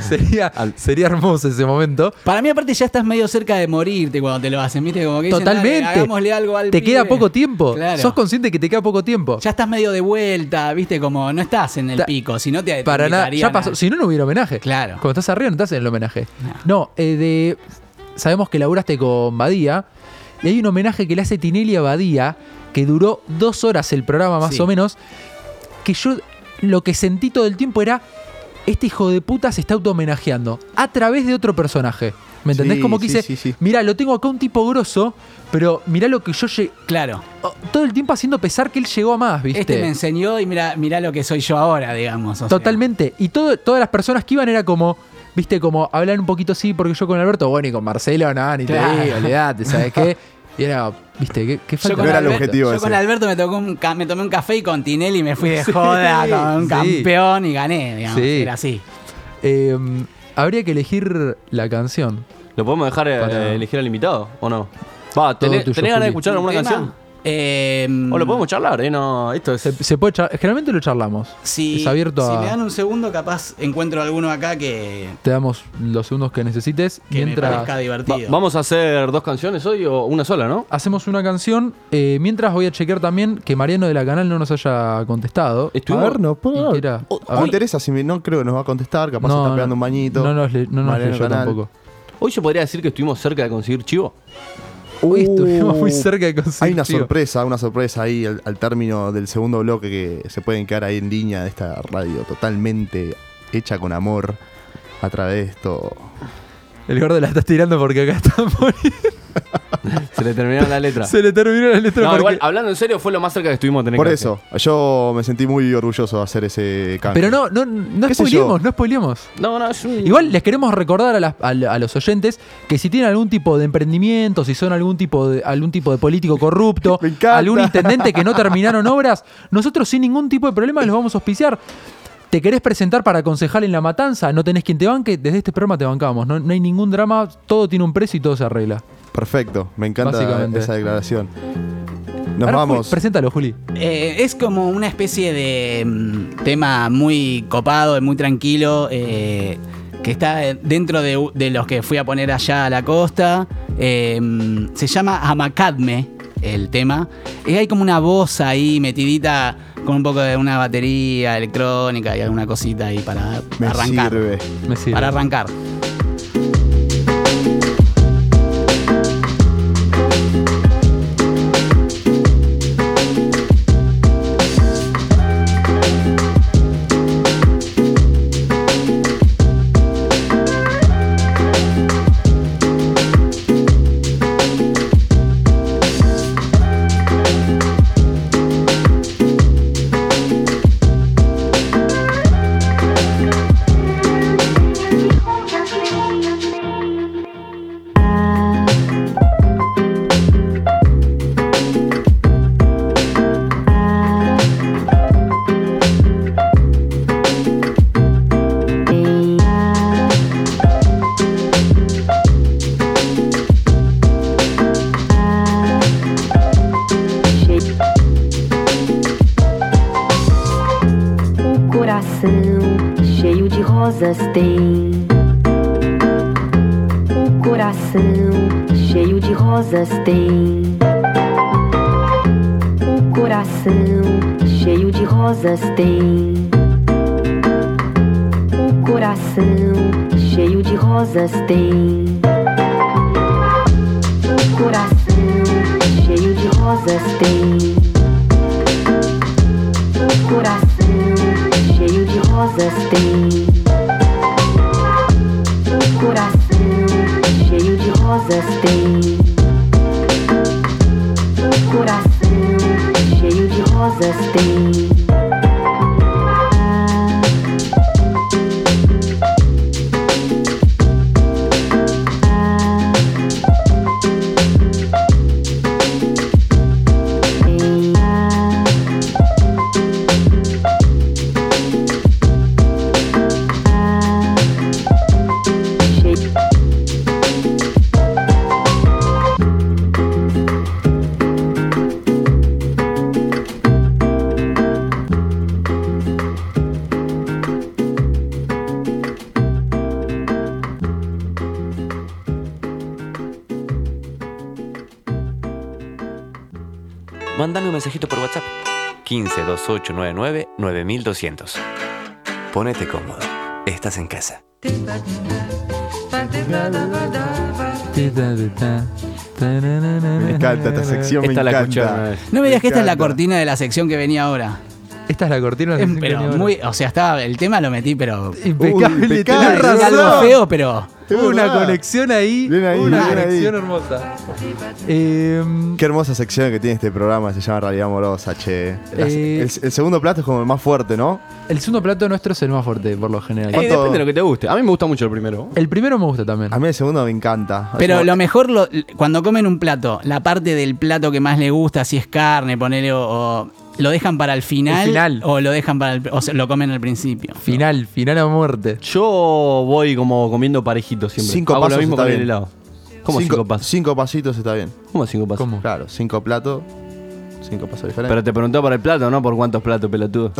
Speaker 8: sería, sería hermoso ese momento.
Speaker 11: Para mí, aparte, ya estás medio cerca de morirte cuando te lo hacen, ¿viste? Como que dicen, dale,
Speaker 8: Totalmente.
Speaker 11: hagámosle algo al
Speaker 8: te queda
Speaker 11: pibe.
Speaker 8: poco tiempo.
Speaker 11: Claro.
Speaker 8: Sos consciente que te queda poco tiempo.
Speaker 11: Ya estás medio de vuelta, ¿viste? Como no estás en el
Speaker 8: Ta-
Speaker 11: pico, si no te. te
Speaker 8: Para nada.
Speaker 11: invitarían
Speaker 8: Ya pasó.
Speaker 11: a-
Speaker 8: Si no, no hubiera homenaje.
Speaker 11: Claro.
Speaker 8: Cuando estás arriba, no estás en el homenaje.
Speaker 11: No.
Speaker 8: No, eh, de. Sabemos que laburaste con Badía. Y hay un homenaje que le hace Tinelli a Badía, que duró dos horas el programa más
Speaker 11: Sí.
Speaker 8: o menos. Que yo lo que sentí todo el tiempo era. Este hijo de puta se está auto-homenajeando a través de otro personaje. ¿Me entendés?
Speaker 10: Sí,
Speaker 8: Como que
Speaker 10: sí,
Speaker 8: dice,
Speaker 10: sí, sí.
Speaker 8: mirá, lo tengo acá un tipo grosso, pero mirá lo que yo lle-
Speaker 11: Claro.
Speaker 8: oh, todo el tiempo haciendo pesar que él llegó a más, ¿viste?
Speaker 11: Este me enseñó y mirá, mirá lo que soy yo ahora, digamos. o sea.
Speaker 8: Totalmente. Y todo, todas las personas que iban era como, viste, como hablar un poquito así, porque yo con Alberto, bueno, y con Marcelo, nada, ni
Speaker 11: Claro.
Speaker 8: te digo, olvidate, ¿sabes qué? Y era, viste, qué, qué falta
Speaker 11: con
Speaker 8: de
Speaker 10: No era el
Speaker 8: respeto.
Speaker 10: objetivo
Speaker 11: Yo
Speaker 10: ese.
Speaker 11: con Alberto me, tocó un ca- me tomé un café y con Tinelli me fui de joda con un
Speaker 8: sí.
Speaker 11: campeón y gané, digamos.
Speaker 8: Sí.
Speaker 11: Era así.
Speaker 8: Eh, habría que elegir la canción.
Speaker 9: ¿Lo podemos dejar eh,
Speaker 8: Para-
Speaker 9: elegir al invitado o no? Va,
Speaker 8: Todo
Speaker 9: ¿tenés,
Speaker 8: tuyo,
Speaker 9: tenés ganas de
Speaker 8: Juli.
Speaker 9: escuchar alguna
Speaker 11: ¿Un tema?
Speaker 9: canción?
Speaker 11: Eh,
Speaker 9: O lo podemos charlar, ¿eh? No, esto es...
Speaker 8: Se, se puede char- Generalmente lo charlamos.
Speaker 11: si,
Speaker 8: es abierto
Speaker 11: si
Speaker 8: a-
Speaker 11: me dan un segundo, capaz encuentro alguno acá que,
Speaker 8: Te damos los segundos que necesites.
Speaker 11: que me
Speaker 8: mientras
Speaker 11: parezca
Speaker 9: Va-
Speaker 11: divertido.
Speaker 9: vamos a hacer dos canciones hoy o una sola, ¿no?
Speaker 8: hacemos una canción, eh, mientras voy a chequear también que Mariano de la canal no nos haya contestado.
Speaker 9: Estuvimos-
Speaker 10: A ver, no, por
Speaker 8: Y
Speaker 10: favor.
Speaker 8: que era-
Speaker 10: O-
Speaker 8: a
Speaker 10: me
Speaker 8: ver.
Speaker 10: interesa, si me- no creo que nos va a contestar, capaz está pegando un bañito.
Speaker 8: No nos, le- no nos
Speaker 10: Mariano
Speaker 8: leyó
Speaker 10: Canal.
Speaker 8: tampoco.
Speaker 9: Hoy yo podría decir que estuvimos cerca de conseguir Chivo.
Speaker 8: Hoy estuvimos
Speaker 10: Uh,
Speaker 8: muy cerca de conseguir.
Speaker 10: Hay una
Speaker 8: chivo.
Speaker 10: sorpresa, una sorpresa ahí al, al término del segundo bloque que se pueden quedar ahí en línea de esta radio totalmente hecha con amor a través de esto.
Speaker 8: El gordo la estás tirando porque acá está poniendo-
Speaker 9: Se le terminaron la letra.
Speaker 8: Se le terminó la letra
Speaker 9: No,
Speaker 8: porque-
Speaker 9: igual, hablando en serio, fue lo más cerca que estuvimos de tener
Speaker 10: Por
Speaker 9: que
Speaker 10: eso, yo me sentí muy orgulloso de hacer ese cambio.
Speaker 8: Pero no, no, no
Speaker 10: ¿Qué sé
Speaker 8: spoileemos,
Speaker 10: yo?
Speaker 8: no spoileemos.
Speaker 9: hacer. No, no, es un...
Speaker 8: Igual les queremos recordar a, las- a la- a los oyentes que si tienen algún tipo de emprendimiento, si son algún tipo de, algún tipo de político corrupto,
Speaker 10: Me encanta.
Speaker 8: algún intendente que no terminaron obras, nosotros sin ningún tipo de problema los vamos a auspiciar. ¿Te querés presentar para concejal en la matanza? ¿No tenés quien te banque? Desde este programa te bancamos. No, no hay ningún drama, todo tiene un precio y todo se arregla.
Speaker 10: Perfecto, me encanta
Speaker 8: Básicamente.
Speaker 10: esa declaración. Nos
Speaker 8: Ahora,
Speaker 10: vamos.
Speaker 8: Juli, preséntalo, Juli.
Speaker 11: Eh, es como una especie de mm, tema muy copado y muy tranquilo eh, que está eh, dentro de, u- de los que fui a poner allá a la costa. Eh, mm, se llama Amacadme el tema. Y hay como una voz ahí metidita con un poco de una batería electrónica y alguna cosita ahí para
Speaker 10: me
Speaker 11: arrancar.
Speaker 10: sirve.
Speaker 8: Me sirve.
Speaker 11: Para arrancar.
Speaker 3: Thank you.
Speaker 6: coração cheio de rosas tem. O coração cheio de rosas tem. O coração cheio de rosas tem. O coração cheio de rosas tem. O coração cheio de rosas tem. O coração cheio de rosas tem. O coração cheio de rosas tem. O coração cheio de rosas tem. Cheio-
Speaker 1: Mandame un mensajito por WhatsApp. 15 2899 9200. Ponete cómodo. Estás en casa.
Speaker 10: Me encanta esta sección, me
Speaker 9: Esta la escuché una
Speaker 10: encanta.
Speaker 9: vez.
Speaker 11: No me digas que esta es la
Speaker 10: encanta.
Speaker 11: cortina de la sección que venía ahora.
Speaker 8: Esta es la cortina de
Speaker 11: Es-
Speaker 8: la
Speaker 11: Em, pero
Speaker 8: sinfonía.
Speaker 11: muy, o sea, estaba, el tema lo metí, pero.
Speaker 8: impecable.
Speaker 10: Uy, impecable.
Speaker 8: tenés
Speaker 10: Tenés
Speaker 11: Es algo
Speaker 10: razón.
Speaker 11: feo, pero.
Speaker 10: Es
Speaker 8: Una
Speaker 10: verdad.
Speaker 8: conexión ahí.
Speaker 10: Bien ahí,
Speaker 8: una
Speaker 10: bien ahí.
Speaker 8: conexión hermosa. Em,
Speaker 10: Qué hermosa sección que tiene este programa, se llama Realidad Amorosa, che. Las-
Speaker 8: Eh.
Speaker 10: el, el segundo plato es como el más fuerte, ¿no?
Speaker 8: el segundo plato nuestro es el más fuerte, por lo general.
Speaker 9: Eh, depende de lo que te guste. A mí me gusta mucho el primero.
Speaker 8: El primero me gusta también.
Speaker 10: A mí el segundo me encanta. Es
Speaker 11: Pero
Speaker 10: como-
Speaker 11: lo mejor, lo- cuando comen un plato, la parte del plato que más le gusta, si es carne, ponele, o, o lo dejan para el final,
Speaker 8: El final.
Speaker 11: o lo dejan para el, o se- lo comen al principio.
Speaker 8: Final, final a muerte.
Speaker 9: Yo voy como comiendo parejitos siempre.
Speaker 10: Cinco
Speaker 9: Hago
Speaker 10: pasos
Speaker 9: lo mismo
Speaker 10: está
Speaker 9: con el
Speaker 10: bien.
Speaker 9: helado. ¿Cómo cinco, pasos?
Speaker 10: Cinco pasitos está bien.
Speaker 9: ¿Cómo cinco pasos?
Speaker 8: ¿Cómo?
Speaker 10: Claro, cinco platos, cinco pasos diferentes.
Speaker 9: Pero te preguntó por el plato, ¿no? ¿Por cuántos platos, pelotudo?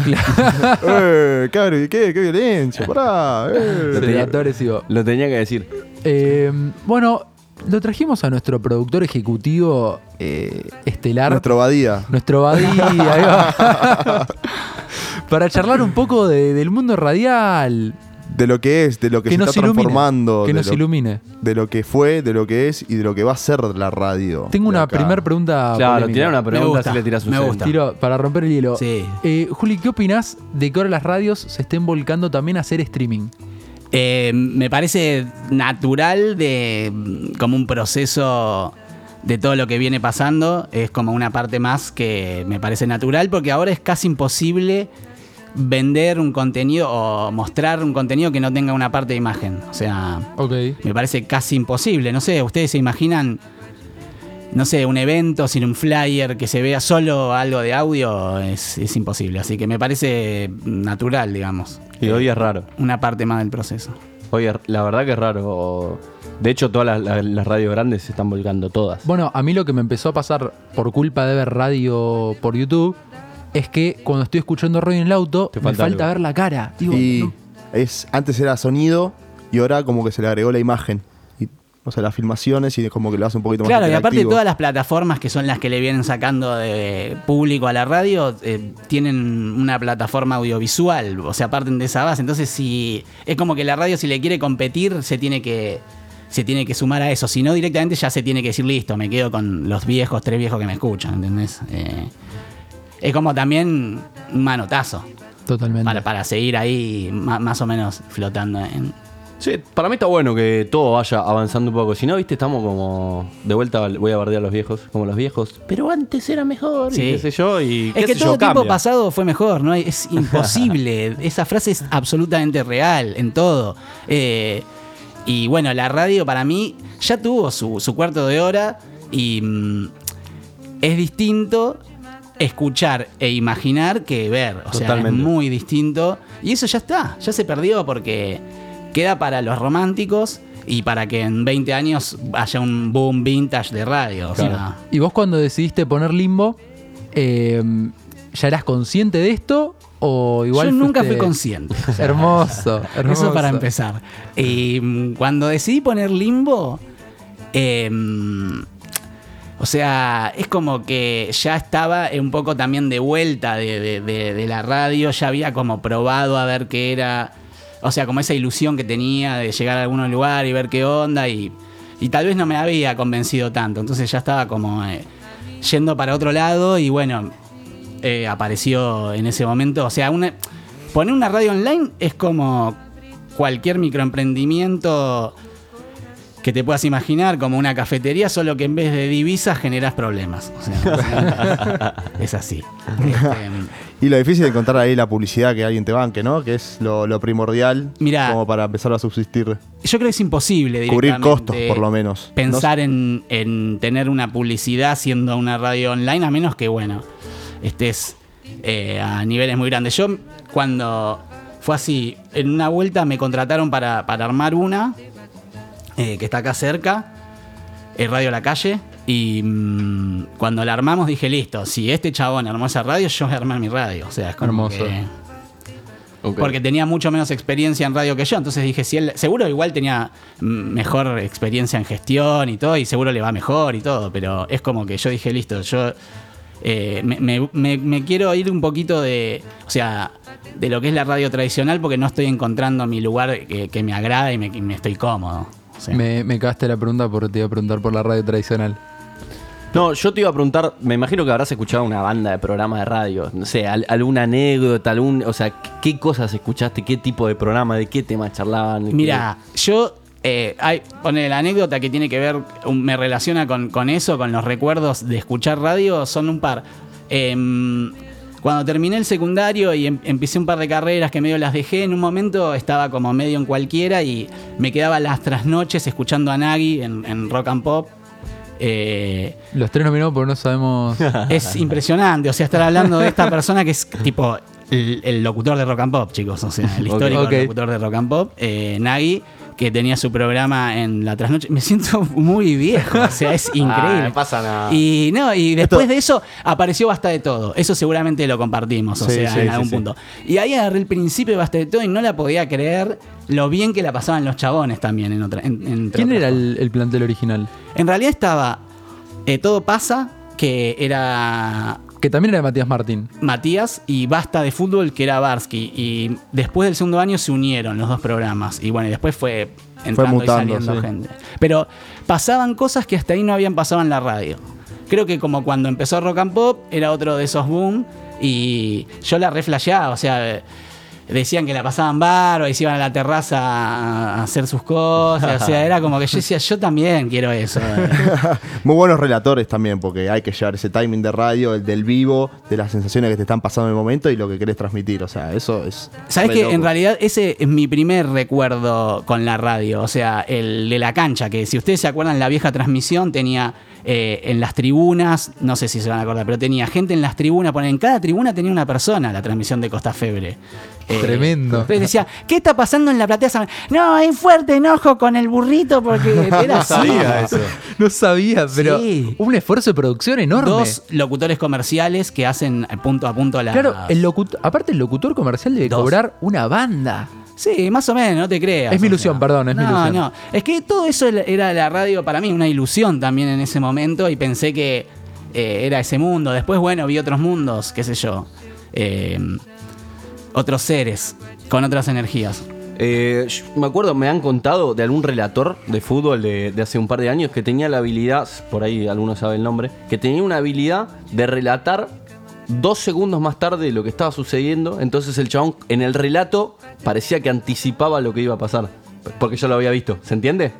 Speaker 10: eh, cabrón, qué, qué
Speaker 9: Ah.
Speaker 10: violencia, pará.
Speaker 8: Lo
Speaker 10: eh.
Speaker 8: tenía todo agresivo.
Speaker 9: Lo tenía que decir.
Speaker 8: Em, bueno, lo trajimos a nuestro productor ejecutivo eh,
Speaker 9: Ah.
Speaker 8: estelar.
Speaker 10: Nuestro Badía.
Speaker 8: Nuestro Badí, ahí va. Para charlar un poco de- del mundo radial.
Speaker 10: De lo que es, de lo que,
Speaker 8: Que,
Speaker 10: se
Speaker 8: nos
Speaker 10: está
Speaker 8: ilumine.
Speaker 10: transformando.
Speaker 8: que
Speaker 10: de
Speaker 8: nos
Speaker 10: lo-
Speaker 8: ilumine.
Speaker 10: De lo que fue, de lo que es y de lo que va a ser la radio.
Speaker 8: Tengo
Speaker 10: de
Speaker 8: una
Speaker 10: acá.
Speaker 8: primera pregunta.
Speaker 9: claro,
Speaker 8: polémica.
Speaker 9: tirar una pregunta
Speaker 11: gusta,
Speaker 9: si le tiras un
Speaker 11: me
Speaker 9: centro.
Speaker 11: gusta.
Speaker 8: Tiro para romper el hielo.
Speaker 11: Sí.
Speaker 8: Eh, Juli, ¿qué opinás de que ahora las radios se estén volcando también a hacer streaming?
Speaker 11: Eh, me parece natural de mm, como un proceso de todo lo que viene pasando. Es como una parte más que me parece natural porque ahora es casi imposible vender un contenido o mostrar un contenido que no tenga una parte de imagen. O sea,
Speaker 8: Ok.
Speaker 11: me parece casi imposible. No sé, ustedes se imaginan, no sé, un evento sin un flyer que se vea solo algo de audio, es, es imposible. Así que me parece natural, digamos.
Speaker 9: Y hoy es raro.
Speaker 11: Una parte más del proceso.
Speaker 9: Hoy es- la verdad que es raro. De hecho, todas las, las- las radios grandes se están volcando todas.
Speaker 8: Bueno, a mí lo que me empezó a pasar por culpa de ver radio por YouTube es que cuando estoy escuchando radio en el auto,
Speaker 9: Te
Speaker 8: me
Speaker 9: falta
Speaker 8: falta
Speaker 9: algo.
Speaker 8: ver la cara. Digo,
Speaker 10: Y
Speaker 8: no.
Speaker 10: es, antes era sonido y ahora como que se le agregó la imagen. Y, o sea, las filmaciones y como que lo hace un poquito más
Speaker 11: Claro, y aparte
Speaker 10: interactivo.
Speaker 11: todas las plataformas que son las que le vienen sacando de público a la radio, eh, tienen una plataforma audiovisual, o sea, parten de esa base. Entonces, si es como que la radio si le quiere competir, se tiene que se tiene que sumar a eso, si no directamente ya se tiene que decir listo, me quedo con los viejos, tres viejos que me escuchan, ¿entendés? Eh, es como también un manotazo
Speaker 8: Totalmente.
Speaker 11: para, para seguir ahí ma- más o menos flotando en,
Speaker 9: Sí, para mí está bueno que todo vaya avanzando un poco. Si no, viste, estamos como. De vuelta voy a bardear a los viejos, como los viejos. Pero antes era mejor,
Speaker 11: Sí.
Speaker 9: y qué sé yo, y. qué
Speaker 11: Es que
Speaker 9: sé
Speaker 11: todo
Speaker 9: yo,
Speaker 11: tiempo
Speaker 9: cambia.
Speaker 11: pasado fue mejor, ¿no? Es imposible. Esa frase es absolutamente real en todo. Eh, y bueno, la radio para mí ya tuvo su, su cuarto de hora y mm, es distinto escuchar e imaginar que ver. O sea, es
Speaker 9: Totalmente.
Speaker 11: muy distinto. Y eso ya está, ya se perdió porque queda para los románticos y para que en 20 años haya un boom vintage de radio. O sea,
Speaker 8: ¿Y vos cuando decidiste poner limbo, eh, ya eras em, consciente de esto? ¿O o igual
Speaker 11: Yo nunca
Speaker 8: fuiste-
Speaker 11: fui consciente. O sea,
Speaker 8: Hermoso, hermoso.
Speaker 11: Eso para empezar. Y mm, cuando decidí poner limbo, eh, o sea, es como que ya estaba un poco también de vuelta de, de- de- de la radio, ya había como probado a ver qué era, o sea, como esa ilusión que tenía de llegar a algún lugar y ver qué onda y, y tal vez no me había convencido tanto, entonces ya estaba como eh, yendo para otro lado y bueno, eh, apareció en ese momento, o sea, una, poner una radio online es como cualquier microemprendimiento que te puedas imaginar, como una cafetería, solo que en vez de divisas generas problemas. O sea, básicamente es así. Este,
Speaker 10: Y lo difícil es encontrar ahí la publicidad que alguien te banque, ¿no? Que es lo, lo primordial
Speaker 11: Mirá.
Speaker 10: como para empezar a subsistir.
Speaker 11: Yo creo que es imposible
Speaker 10: Cubrir
Speaker 11: directamente
Speaker 10: costos, por lo menos.
Speaker 11: Pensar en, en tener una publicidad siendo una radio online, a menos que, bueno, estés eh, a niveles muy grandes. Yo, cuando fue así, en una vuelta me contrataron para, para armar una eh, que está acá cerca, el Radio La Calle. Y mm, cuando la armamos dije, listo, si este chabón armó esa radio, yo voy a armar mi radio. O sea, es como
Speaker 8: Hermoso.
Speaker 11: que- porque tenía mucho menos experiencia en radio que yo. Entonces dije, si él, seguro igual tenía mm, mejor experiencia en gestión y todo, y seguro le va mejor y todo. Pero es como que yo dije, listo, yo eh, me, me- me- me quiero ir un poquito de. O sea, de lo que es la radio tradicional, porque no estoy encontrando mi lugar que, que me agrada y me, y me estoy cómodo. O sea,
Speaker 8: Me, me cagaste la pregunta porque te iba a preguntar por la radio tradicional.
Speaker 9: No, yo te iba a preguntar, me imagino que habrás escuchado una banda de programa de radio, no sé, al- alguna anécdota, algún, o sea, qué cosas escuchaste, qué tipo de programa, de qué tema charlaban.
Speaker 11: Mira, yo. eh, hay, pone la anécdota que tiene que ver, un- me relaciona con, con eso, con los recuerdos de escuchar radio, son un par. Em, cuando terminé el secundario y em- empecé un par de carreras que medio las dejé, en un momento estaba como medio en cualquiera y me quedaba las trasnoches escuchando a Nagui en, en rock and pop. Eh,
Speaker 8: Los tres nominados porque no sabemos.
Speaker 11: es impresionante, o sea, estar hablando de esta persona que es tipo el, el locutor de rock and pop, chicos, o sea, el
Speaker 8: Ok.
Speaker 11: histórico
Speaker 8: Ok.
Speaker 11: locutor de rock and pop, eh, Nagui, que tenía su programa en la trasnoche. Me siento muy viejo, o sea, es increíble.
Speaker 9: pasa nada.
Speaker 11: Y no, y después de eso apareció Basta de Todo. Eso seguramente lo compartimos, o
Speaker 10: Sí,
Speaker 11: sea,
Speaker 10: sí,
Speaker 11: en
Speaker 10: sí,
Speaker 11: algún
Speaker 10: sí.
Speaker 11: punto. Y ahí agarré el principio de Basta de Todo y no la podía creer lo bien que la pasaban los chabones también en otra. en- entre
Speaker 8: ¿Quién
Speaker 11: otras
Speaker 8: era
Speaker 11: cosas.
Speaker 8: el, el plantel original?
Speaker 11: En realidad estaba eh, Todo pasa, que era
Speaker 8: Que también era de Matías Martín.
Speaker 11: Matías y Basta de Fútbol, que era Barsky. Y después del segundo año se unieron los dos programas. Y bueno, y después fue entrando
Speaker 10: mutando,
Speaker 11: y saliendo
Speaker 10: sí.
Speaker 11: gente. Pero pasaban cosas que hasta ahí no habían pasado en la radio. Creo que como cuando empezó Rock and Pop, era otro de esos boom. Y yo la reflasheaba, o sea. Decían que la pasaban barba y se iban a la terraza a hacer sus cosas. O sea, era como que yo decía, yo también quiero eso. eh.
Speaker 10: Muy buenos relatores también, porque hay que llevar ese timing de radio, el del vivo, de las sensaciones que te están pasando en el momento y lo que querés transmitir. O sea, eso es.
Speaker 11: Sabes
Speaker 10: re
Speaker 11: que
Speaker 10: loco.
Speaker 11: en realidad ese es mi primer recuerdo con la radio, o sea, el de la cancha, que si ustedes se acuerdan, la vieja transmisión tenía eh, en las tribunas, no sé si se van a acordar, pero tenía gente en las tribunas, ponen, en cada tribuna tenía una persona la transmisión de Costa Febre. Eh,
Speaker 8: Tremendo.
Speaker 11: Entonces decía, ¿qué está pasando en la platea? San- No, hay fuerte enojo con el burrito porque era así.
Speaker 8: No sabía, pero
Speaker 11: Sí.
Speaker 8: un esfuerzo de producción enorme.
Speaker 11: Dos locutores comerciales que hacen eh, punto a punto la...
Speaker 8: Claro, el locut- aparte el locutor comercial debe
Speaker 11: Dos.
Speaker 8: cobrar una banda.
Speaker 11: Sí, más o menos, no te creas.
Speaker 8: Es mi
Speaker 11: o
Speaker 8: ilusión, perdón, es mi
Speaker 11: no,
Speaker 8: ilusión.
Speaker 11: No, es que todo eso era- era la radio para mí, una ilusión también en ese momento y pensé que eh, era ese mundo. Después, bueno, vi otros mundos, qué sé yo, eh, otros seres con otras energías.
Speaker 9: Eh, yo me acuerdo, me han contado de algún relator de fútbol de, de hace un par de años que tenía la habilidad, por ahí alguno sabe el nombre, que tenía una habilidad de relatar dos segundos más tarde lo que estaba sucediendo. Entonces el chabón en el relato parecía que anticipaba lo que iba a pasar. Porque yo lo había visto, ¿se entiende?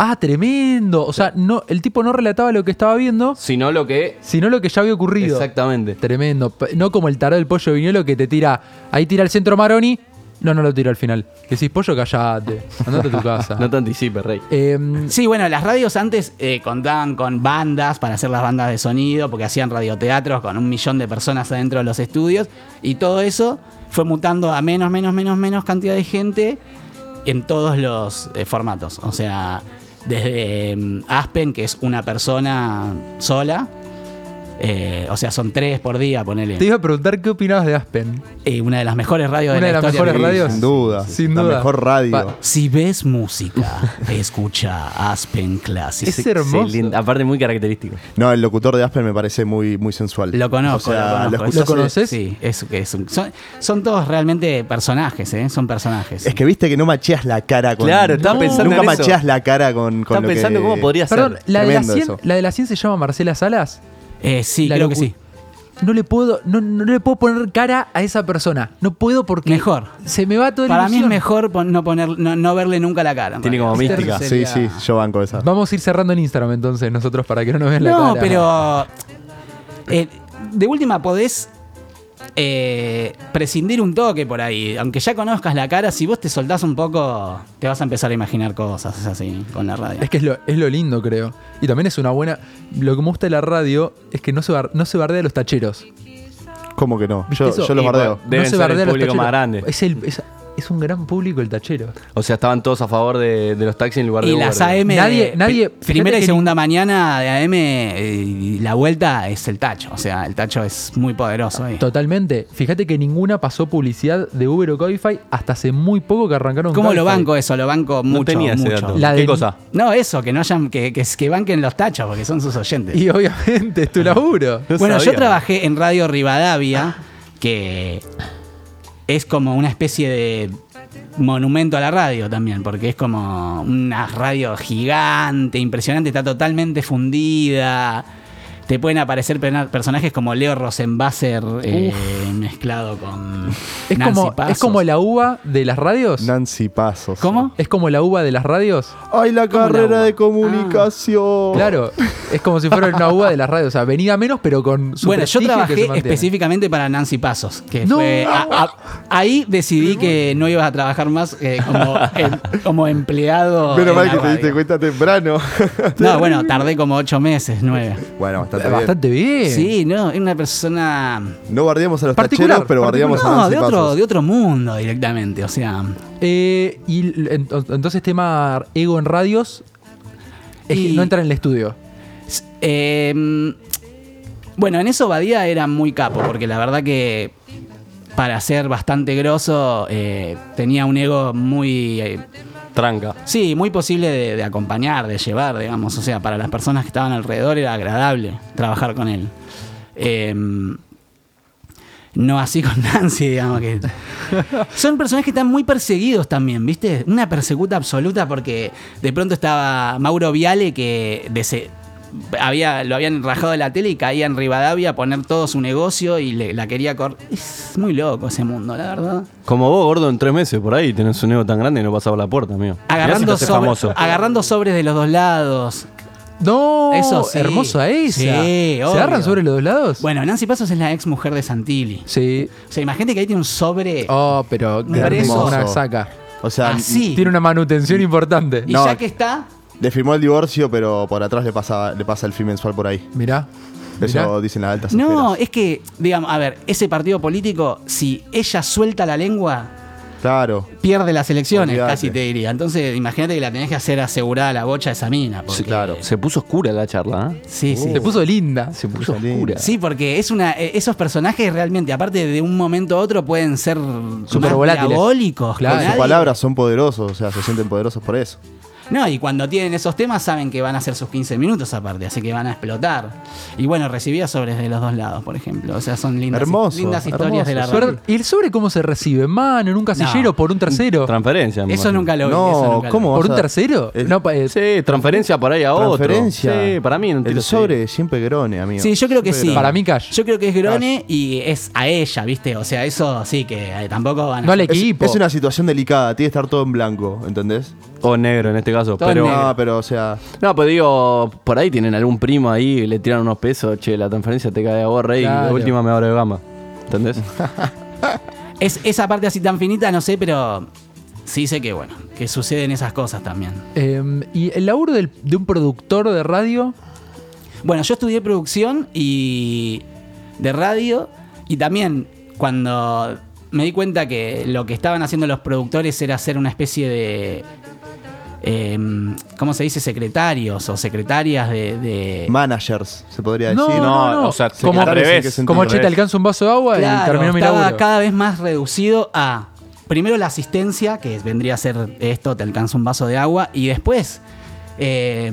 Speaker 8: Ah, tremendo. O sea, no, el tipo no relataba lo que estaba viendo,
Speaker 9: Sino lo que.
Speaker 8: sino lo que ya había ocurrido.
Speaker 9: Exactamente.
Speaker 8: Tremendo. P- No como el tarado del pollo viñolo que te tira. Ahí tira el centro Maroni. No, no lo tira al final. Decís, pollo, callate. Andate a tu casa.
Speaker 9: No te anticipes, Rey.
Speaker 8: Em,
Speaker 11: Sí, bueno, las radios antes eh, contaban con bandas para hacer las bandas de sonido, porque hacían radioteatros con un millón de personas adentro de los estudios, y todo eso fue mutando a menos, menos, menos, menos cantidad de gente en todos los eh, formatos. O em, sea, desde mm, Aspen, que es una persona sola, Eh, o sea, son tres por día, ponele.
Speaker 8: Te iba a preguntar qué opinabas de Aspen.
Speaker 11: Eh, una de las mejores radios
Speaker 8: Una
Speaker 11: de
Speaker 8: de
Speaker 11: la
Speaker 8: las
Speaker 11: historia.
Speaker 8: mejores radios.
Speaker 10: Sin duda.
Speaker 8: Sin
Speaker 10: La
Speaker 8: duda.
Speaker 10: mejor radio.
Speaker 8: Pa-
Speaker 11: Si ves música, escucha Aspen Classic.
Speaker 8: Es hermoso.
Speaker 9: Excelente. Aparte, muy característico.
Speaker 10: No, el locutor de Aspen me parece muy, muy sensual.
Speaker 11: Lo conozco,
Speaker 10: O sea,
Speaker 11: lo conozco.
Speaker 10: escuchás-
Speaker 8: Ah, ¿Lo conoces?
Speaker 11: Sí, es, es un- son, son todos realmente personajes, ¿eh? Son personajes.
Speaker 10: Es que viste que no macheas la cara con.
Speaker 9: Claro, estaba
Speaker 10: No.
Speaker 9: pensando
Speaker 10: Nunca
Speaker 9: en eso.
Speaker 10: macheas la cara con. con
Speaker 9: Estaba
Speaker 10: lo que-
Speaker 9: pensando cómo podría ser.
Speaker 8: Perdón, la de, la,
Speaker 10: Tremendo
Speaker 8: 100,
Speaker 10: eso.
Speaker 8: la de la 100 se llama Marcela Salas.
Speaker 11: Eh, sí,
Speaker 8: La
Speaker 11: creo
Speaker 8: locu-
Speaker 11: que sí.
Speaker 8: No le puedo, no, no le puedo poner cara a esa persona. No puedo porque.
Speaker 11: Mejor.
Speaker 8: Se me va toda la
Speaker 11: Para mí es
Speaker 8: ilusión. Este
Speaker 11: mejor pon- no, poner, no, no verle nunca la cara. en
Speaker 9: Tiene como
Speaker 11: realidad.
Speaker 9: mística.
Speaker 10: Sí, sí, yo banco esa.
Speaker 8: Vamos a ir cerrando en Instagram entonces nosotros para que no nos vean la cara.
Speaker 11: No, pero. eh, de última, podés eh, prescindir un toque por ahí. Aunque ya conozcas la cara, si vos te soltás un poco, te vas a empezar a imaginar cosas es así con la radio.
Speaker 8: Es que es lo, es lo lindo, creo. Y también es una buena. Lo que me gusta de la radio es que no se, bar- no se bardea a los tacheros.
Speaker 10: ¿Cómo que no? Yo,
Speaker 8: Eso-
Speaker 10: yo los
Speaker 9: Y
Speaker 10: bardeo.
Speaker 9: Deben
Speaker 8: no se
Speaker 9: ser
Speaker 8: bardea
Speaker 9: el
Speaker 8: a los
Speaker 9: público
Speaker 8: tacheros.
Speaker 9: más grande.
Speaker 8: Es, el- es- es un gran público el tachero.
Speaker 9: O sea, estaban todos a favor de, de los taxis en lugar de
Speaker 11: Y
Speaker 9: Uber,
Speaker 11: las
Speaker 9: digamos.
Speaker 11: AM.
Speaker 8: Nadie-
Speaker 11: pri-
Speaker 8: nadie- fíjate
Speaker 11: primera y
Speaker 8: que-
Speaker 11: segunda mañana de AM, eh, y la vuelta es el tacho. O sea, el tacho es muy poderoso ahí.
Speaker 8: Totalmente. Fíjate que ninguna pasó publicidad de Uber o Cabify hasta hace muy poco que arrancaron.
Speaker 11: ¿Cómo lo
Speaker 8: Cabify.
Speaker 11: banco eso? Lo banco
Speaker 9: No
Speaker 11: mucho,
Speaker 9: tenía ese
Speaker 11: mucho.
Speaker 9: dato.
Speaker 8: La
Speaker 9: ¿Qué
Speaker 8: de-
Speaker 9: cosa?
Speaker 11: No, eso, que no hayan, que, que, que banquen los tachos, porque son sus oyentes.
Speaker 8: Y obviamente es tu laburo.
Speaker 9: No
Speaker 11: bueno, yo
Speaker 9: sabía.
Speaker 11: trabajé en Radio
Speaker 8: Ah.
Speaker 11: Rivadavia, que es como una especie de monumento a la radio también, porque es como una radio gigante, impresionante, está totalmente fundida. Te pueden aparecer pena- personajes como Leo Rosenbasser eh, mezclado con
Speaker 8: Es
Speaker 11: Nancy
Speaker 8: como, es
Speaker 11: Pazos.
Speaker 8: como la uva de las radios.
Speaker 10: Nancy Pasos.
Speaker 11: ¿Cómo?
Speaker 8: Es como la uva de las radios.
Speaker 10: ¡Ay, la
Speaker 11: ¿Cómo la
Speaker 10: carrera
Speaker 11: uva?
Speaker 10: de comunicación!
Speaker 8: Ah. Claro, es como si fuera una uva de las radios. O sea, venida menos, pero con su
Speaker 11: Bueno,
Speaker 8: prestigio
Speaker 11: yo
Speaker 8: que se
Speaker 11: trabajé
Speaker 8: mantiene.
Speaker 11: específicamente para Nancy Pasos, que
Speaker 8: No.
Speaker 11: fue- a- a- ahí decidí que no ibas a trabajar más eh, como, em- como empleado.
Speaker 10: Menos
Speaker 11: en
Speaker 10: mal
Speaker 11: Eh, la
Speaker 10: que te
Speaker 11: radio.
Speaker 10: diste cuenta temprano.
Speaker 11: No, bueno, tardé como ocho meses, nueve.
Speaker 10: bueno, Eh, bastante, bien.
Speaker 8: Bastante bien.
Speaker 11: Sí, no, es una persona.
Speaker 10: No bardeamos a los
Speaker 8: Particular,
Speaker 10: tacheros, pero bardeamos a
Speaker 11: No,
Speaker 10: Nancy
Speaker 11: de otro,
Speaker 10: Pasos.
Speaker 11: de otro mundo directamente, o sea.
Speaker 8: Eh, y l- ento- entonces tema ego en radios es que
Speaker 11: Y-
Speaker 8: no entra en el estudio.
Speaker 11: s- eh, bueno, en eso Badía era muy capo, porque la verdad que para ser bastante grosso eh, tenía un ego muy. eh,
Speaker 9: Tranca.
Speaker 11: Sí, muy posible de, de acompañar, de llevar, digamos. O sea, para las personas que estaban alrededor era agradable trabajar con él. Eh, no así con Nancy, digamos que. Son personajes que están muy perseguidos también, ¿viste? Una persecuta absoluta porque de pronto estaba Mauro Viale que dese- había, lo habían rajado de la tele y caía en Rivadavia a poner todo su negocio y le- la quería cortar. Es muy loco ese mundo, la verdad.
Speaker 9: Como vos, gordo, en tres meses por ahí tenés un ego tan grande y no pasaba la puerta, amigo. Mirá
Speaker 11: Agarrando,
Speaker 9: si te haces
Speaker 11: sobre-
Speaker 9: famoso.
Speaker 11: agarrando sobres de los dos lados.
Speaker 8: No,
Speaker 11: Eso sí.
Speaker 8: hermosa esa.
Speaker 11: Sí,
Speaker 8: ¿Se
Speaker 11: obvio.
Speaker 8: agarran sobre los dos lados?
Speaker 11: Bueno, Nancy Pasos es la ex mujer de Santilli.
Speaker 8: Sí.
Speaker 11: O sea, imagínate que ahí tiene un sobre.
Speaker 8: Oh, pero
Speaker 11: Me
Speaker 8: hermosa
Speaker 11: parece-
Speaker 8: una saca.
Speaker 10: O sea,
Speaker 11: Así.
Speaker 8: Tiene una manutención importante.
Speaker 11: y
Speaker 10: no.
Speaker 11: ya que está,
Speaker 10: le firmó el divorcio, pero por atrás le pasa, le pasa el fin mensual por ahí.
Speaker 8: Mirá.
Speaker 10: Eso
Speaker 8: mirá.
Speaker 10: dicen las altas
Speaker 11: No,
Speaker 10: esferas.
Speaker 11: es que, digamos, a ver, ese partido político, si ella suelta la lengua,
Speaker 10: Claro.
Speaker 11: pierde las elecciones,
Speaker 10: Olvidate.
Speaker 11: casi te diría. Entonces, imagínate que la tenés que hacer asegurada la bocha de esa mina. porque-
Speaker 9: Se puso oscura la charla, ¿eh?
Speaker 11: Sí, sí.
Speaker 8: Se puso linda.
Speaker 9: Se puso
Speaker 10: Salió.
Speaker 9: oscura.
Speaker 11: Sí, porque es una, eh, esos personajes realmente, aparte de un momento a otro, pueden ser
Speaker 8: Súper
Speaker 11: más
Speaker 8: volátiles.
Speaker 11: diabólicos que
Speaker 8: Claro. Con
Speaker 10: Sus
Speaker 11: nadie.
Speaker 10: palabras son poderosos, o sea, se sienten poderosos por eso.
Speaker 11: No, y cuando tienen esos temas saben que van a hacer sus 15 minutos aparte, así que van a explotar. Y bueno, recibía sobres de los dos lados, por ejemplo. O sea, son lindas,
Speaker 10: Hermoso,
Speaker 11: lindas historias
Speaker 10: hermoso.
Speaker 11: de la
Speaker 8: Pero,
Speaker 11: radio.
Speaker 8: ¿Y el sobre cómo se recibe? ¿En mano? ¿En un casillero?
Speaker 11: No.
Speaker 8: ¿Por un tercero?
Speaker 9: Transferencia. me
Speaker 11: Eso
Speaker 9: imagino.
Speaker 11: nunca lo vi.
Speaker 10: No,
Speaker 11: eso nunca lo
Speaker 10: ¿cómo?
Speaker 11: vi.
Speaker 8: ¿Por un
Speaker 10: O sea,
Speaker 8: tercero?
Speaker 10: el-
Speaker 8: no, pa- eh,
Speaker 9: Sí, transferencia por ahí a otro.
Speaker 10: Transferencia.
Speaker 9: Sí, para mí. no te lo
Speaker 10: El
Speaker 9: sé.
Speaker 10: sobre siempre grone, amigo.
Speaker 11: Sí, yo creo que
Speaker 10: Siempre
Speaker 11: sí.
Speaker 8: Para mí, Cash.
Speaker 11: Yo creo que es Grone y es a ella, ¿viste? O sea, eso sí que eh, tampoco van a.
Speaker 8: No al
Speaker 10: grone.
Speaker 8: equipo.
Speaker 10: Es, es una situación delicada, tiene que estar todo en blanco, ¿entendés?
Speaker 9: O negro en este caso.
Speaker 11: Todo
Speaker 9: pero.
Speaker 11: negro.
Speaker 10: No, pero o sea,
Speaker 9: No, pero digo, por ahí tienen algún primo ahí, le tiran unos pesos, che, la transferencia te cae a vos, rey, y
Speaker 8: Claro.
Speaker 9: la última me abro de gama. ¿Entendés?
Speaker 11: Es, esa parte así tan finita, no sé, pero sí sé que, bueno, que suceden esas cosas también.
Speaker 8: eh, ¿Y el laburo del- de un productor de radio?
Speaker 11: Bueno, yo estudié producción y de radio y también cuando me di cuenta que lo que estaban haciendo los productores era hacer una especie de eh, ¿cómo se dice? Secretarios o secretarias de- de,
Speaker 9: Eh.
Speaker 10: Managers, se podría decir.
Speaker 11: No, no, no.
Speaker 8: como,
Speaker 10: secretarios en qué
Speaker 8: revés,
Speaker 10: sentido.
Speaker 8: como che, te alcanza un vaso de agua y
Speaker 11: Claro,
Speaker 8: terminó mi
Speaker 11: estaba
Speaker 8: laburo.
Speaker 11: cada vez más reducido a primero la asistencia, que vendría a ser esto, te alcanza un vaso de agua, y después, eh,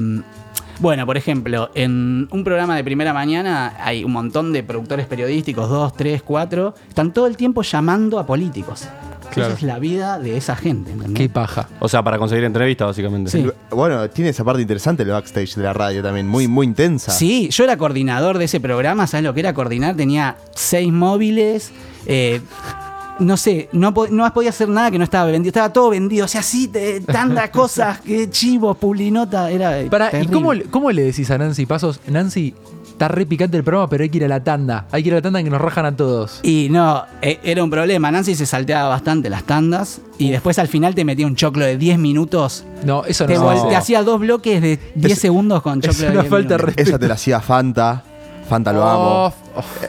Speaker 11: bueno, por ejemplo, en un programa de primera mañana hay un montón de productores periodísticos, dos, tres, cuatro, están todo el tiempo llamando a políticos.
Speaker 9: Claro.
Speaker 11: Esa es la vida de esa gente. ¿entendés?
Speaker 8: Qué paja.
Speaker 9: O sea, para conseguir entrevistas, básicamente.
Speaker 11: Sí.
Speaker 10: Bueno, tiene esa parte interesante el backstage de la radio también, muy, muy intensa.
Speaker 11: Sí, yo era coordinador de ese programa, ¿sabes lo que era coordinar? Tenía seis móviles, eh, no sé, no, po- no podía hacer nada que no estaba vendido, estaba todo vendido, o sea, sí, te- tantas cosas, que chivos, publinota, era... eh,
Speaker 8: Pará, ¿y
Speaker 11: terrible.
Speaker 8: cómo, le- cómo le decís a Nancy Pasos? Nancy, está re picante el programa, pero hay que ir a la tanda. Hay que ir a la tanda que nos rajan a todos.
Speaker 11: Y no, eh, era un problema, Nancy se salteaba bastante las tandas y después al final te metía un choclo de 10 minutos,
Speaker 8: No, eso
Speaker 11: te,
Speaker 8: no.
Speaker 11: vol-
Speaker 8: se hace.
Speaker 11: te hacía dos bloques de 10
Speaker 10: Es-
Speaker 11: segundos con
Speaker 8: es
Speaker 11: choclo de
Speaker 8: una
Speaker 11: 10
Speaker 8: falta de
Speaker 11: minutos.
Speaker 8: respeto.
Speaker 10: Esa te la hacía Fanta. Fanta lo amo.
Speaker 8: Oh, f-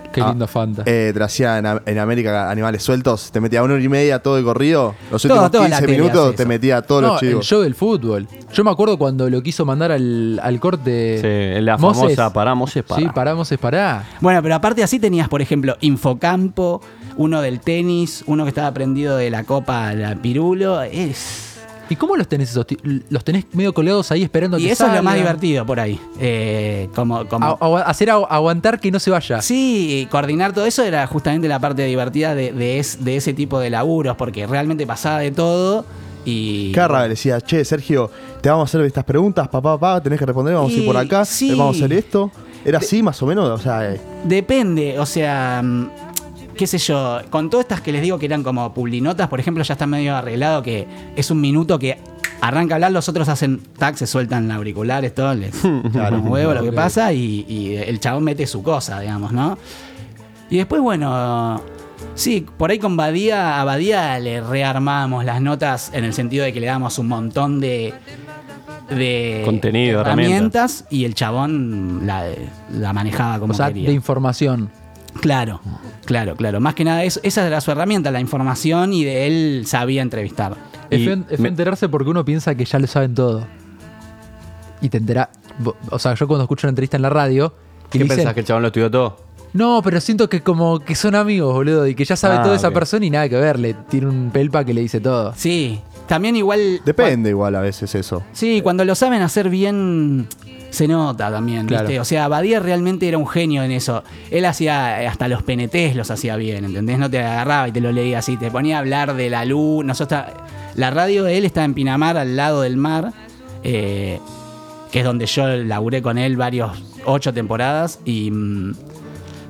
Speaker 8: oh, qué lindo
Speaker 10: Ah,
Speaker 8: Fanta.
Speaker 10: Eh, te la hacía en, en América animales sueltos. Te metía una hora y media todo de corrido. Los últimos
Speaker 11: toda la
Speaker 10: 15
Speaker 11: tele
Speaker 10: minutos
Speaker 11: hace
Speaker 10: te
Speaker 11: eso.
Speaker 10: metía todos
Speaker 8: no,
Speaker 10: los
Speaker 8: el
Speaker 10: chivos.
Speaker 8: show del fútbol. Yo me acuerdo cuando lo quiso mandar al, al corte.
Speaker 9: Sí, la
Speaker 8: Moses.
Speaker 9: famosa pará, Moses, pará.
Speaker 8: Sí, paramos es pará.
Speaker 11: Bueno, pero aparte así tenías, por ejemplo, Infocampo, uno del tenis, uno que estaba prendido de la copa a la pirulo. Es...
Speaker 8: ¿Y cómo los tenés esos? ti- Los tenés medio colgados ahí esperando a
Speaker 11: Y
Speaker 8: que
Speaker 11: eso es lo más
Speaker 8: salgan?
Speaker 11: divertido por ahí. Eh, como, como...
Speaker 8: A- agua- hacer agu- aguantar que no se vaya.
Speaker 11: Sí, y coordinar todo eso era justamente la parte divertida de, de es- de ese tipo de laburos, porque realmente pasaba de todo y...
Speaker 10: Carra le decía, che, Sergio, te vamos a hacer estas preguntas, papá, papá, tenés que responder, vamos a ir por
Speaker 11: Y-
Speaker 10: acá,
Speaker 11: sí.
Speaker 10: eh, vamos a hacer esto. Era así más o menos, o sea, eh,
Speaker 11: Depende, o sea, mm, qué sé yo, con todas estas que les digo que eran como publinotas, por ejemplo, ya está medio arreglado que es un minuto que arranca a hablar, los otros hacen tac, se sueltan auriculares, todo, les claro, un huevo lo que
Speaker 8: Ok.
Speaker 11: pasa y, y el chabón mete su cosa, digamos, ¿no? Y después, bueno, sí, por ahí con Badía, a Badía le rearmábamos las notas en el sentido de que le dábamos un montón de... de
Speaker 9: Contenido,
Speaker 11: herramientas y el chabón la, la manejaba como
Speaker 8: o sea,
Speaker 11: quería.
Speaker 8: de información.
Speaker 11: Claro, claro, claro. Más que nada, eso, esa era su herramienta, la información, y de él sabía entrevistar.
Speaker 8: Es
Speaker 9: Y
Speaker 8: feo, es feo
Speaker 9: me-
Speaker 8: enterarse porque uno piensa que ya lo saben todo. Y te enterás. Bo- O sea, yo cuando escucho una entrevista en la radio. Y
Speaker 9: ¿Qué
Speaker 8: dicen,
Speaker 9: pensás que el chabón lo estudió todo?
Speaker 8: No, pero siento que como que son amigos, boludo. Y que ya sabe
Speaker 9: Ah,
Speaker 8: toda esa
Speaker 9: ok.
Speaker 8: persona y nada que ver. Le tiene un pelpa que le dice todo.
Speaker 11: Sí, también igual.
Speaker 10: depende igual a veces eso.
Speaker 11: cua- sí, cuando lo saben hacer bien, se nota también,
Speaker 8: Claro.
Speaker 11: ¿viste? O sea, Badía realmente era un genio en eso. Él hacía, eh, hasta los PNTs los hacía bien, ¿entendés? No te agarraba y te lo leía así, te ponía a hablar de la luz. Nosotros, la radio de él está en Pinamar, al lado del mar. eh, que es donde yo laburé con él varios ocho temporadas y mm,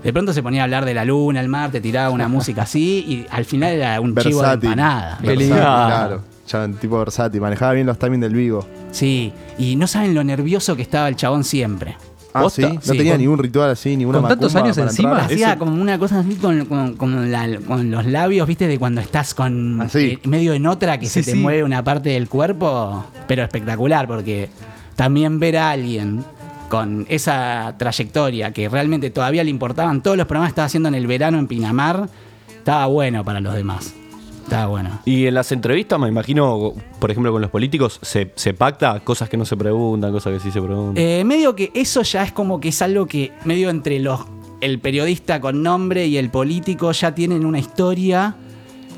Speaker 11: de pronto se ponía a hablar de la luna, el mar, te tiraba una música así y al final era un chivo de
Speaker 10: Versátil.
Speaker 11: empanada.
Speaker 8: Qué
Speaker 10: Versátil,
Speaker 8: lindo.
Speaker 10: claro.
Speaker 9: Ah.
Speaker 10: Ya un tipo versátil, manejaba bien los timings del vivo.
Speaker 11: Sí, y no saben lo nervioso que estaba el chabón siempre.
Speaker 10: Ah,
Speaker 9: ¿Posta?
Speaker 10: sí, no
Speaker 11: Sí.
Speaker 10: tenía
Speaker 11: Con-
Speaker 10: ningún ritual así, ninguna
Speaker 8: ¿Con tantos
Speaker 10: macumba
Speaker 8: años
Speaker 10: para
Speaker 8: encima?
Speaker 10: entrar.
Speaker 11: Hacía
Speaker 10: Eso-
Speaker 11: como una cosa así con, con- con la- con los labios, viste, de cuando estás con
Speaker 10: Así.
Speaker 11: eh, medio en otra que
Speaker 8: Ah, Sí,
Speaker 11: se te
Speaker 8: sí.
Speaker 11: mueve una parte del cuerpo, pero espectacular, porque también ver a alguien con esa trayectoria que realmente todavía le importaban todos los programas que estaba haciendo en el verano en Pinamar, estaba bueno para los demás. Estaba bueno.
Speaker 9: Y en las entrevistas, me imagino, por ejemplo, con los políticos, se, se pacta cosas que no se preguntan, cosas que sí se preguntan.
Speaker 11: Eh, medio que eso ya es como que es algo que medio entre los el periodista con nombre y el político ya tienen una historia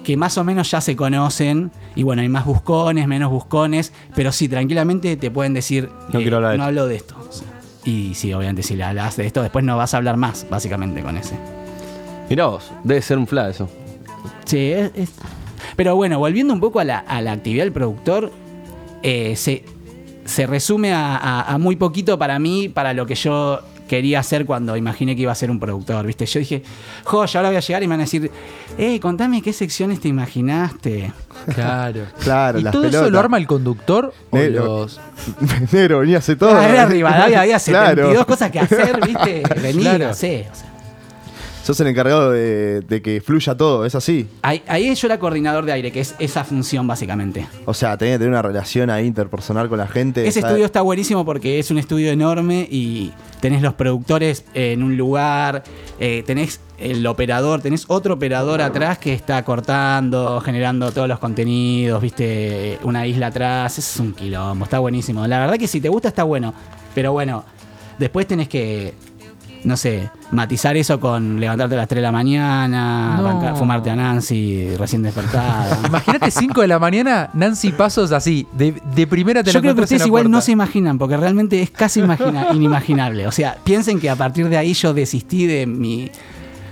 Speaker 11: que más o menos ya se conocen y bueno, hay más buscones, menos buscones, pero sí, tranquilamente te pueden decir, eh,
Speaker 9: No quiero hablar de
Speaker 11: no
Speaker 9: esto".
Speaker 11: hablo de esto. O sea, Y sí, obviamente si le hablas de esto, después no vas a hablar más, básicamente, con ese.
Speaker 9: Mirá vos, debe ser un fla eso.
Speaker 11: Sí, es- es- Pero bueno, volviendo un poco a la, a la actividad del productor, eh, se, se resume a, a- a muy poquito para mí, para lo que yo quería hacer cuando imaginé que iba a ser un productor, ¿viste? Yo dije, joya, ahora voy a llegar y me van a decir, eh, contame qué secciones te imaginaste.
Speaker 8: Claro.
Speaker 10: Claro,
Speaker 8: ¿Y
Speaker 10: las
Speaker 8: todo eso
Speaker 10: pelotas.
Speaker 8: lo arma el conductor o
Speaker 10: Negro.
Speaker 8: los-
Speaker 10: Negro, venía a hacer todo.
Speaker 11: Ah, era Ah, Rivadavia, había 72
Speaker 10: Claro.
Speaker 11: cosas que hacer, ¿viste? Venir,
Speaker 8: Claro.
Speaker 11: no sé, o sea.
Speaker 10: Sos el encargado de, de que fluya todo, es así.
Speaker 11: Ahí, ahí yo era coordinador de aire, que es esa función básicamente.
Speaker 10: O sea, tenés que tener una relación ahí interpersonal con la gente.
Speaker 11: Ese
Speaker 10: ¿sabes?
Speaker 11: estudio está buenísimo porque es un estudio enorme y tenés los productores en un lugar, eh, tenés el operador, tenés otro operador atrás que está cortando, generando todos los contenidos, viste, una isla atrás, es un quilombo, está buenísimo. La verdad que si te gusta está bueno, pero bueno, después tenés que, no sé, matizar eso con levantarte a las 3 de la mañana,
Speaker 8: No.
Speaker 11: arrancar- fumarte a Nancy recién despertada.
Speaker 8: Imagínate 5 de la mañana, Nancy Pasos así, de, de primera te
Speaker 11: Yo
Speaker 8: la
Speaker 11: creo que
Speaker 8: encontrás en
Speaker 11: ustedes
Speaker 8: la
Speaker 11: igual
Speaker 8: puerta.
Speaker 11: no se imaginan, porque realmente es casi imagina- inimaginable. O sea, piensen que a partir de ahí yo desistí de mi.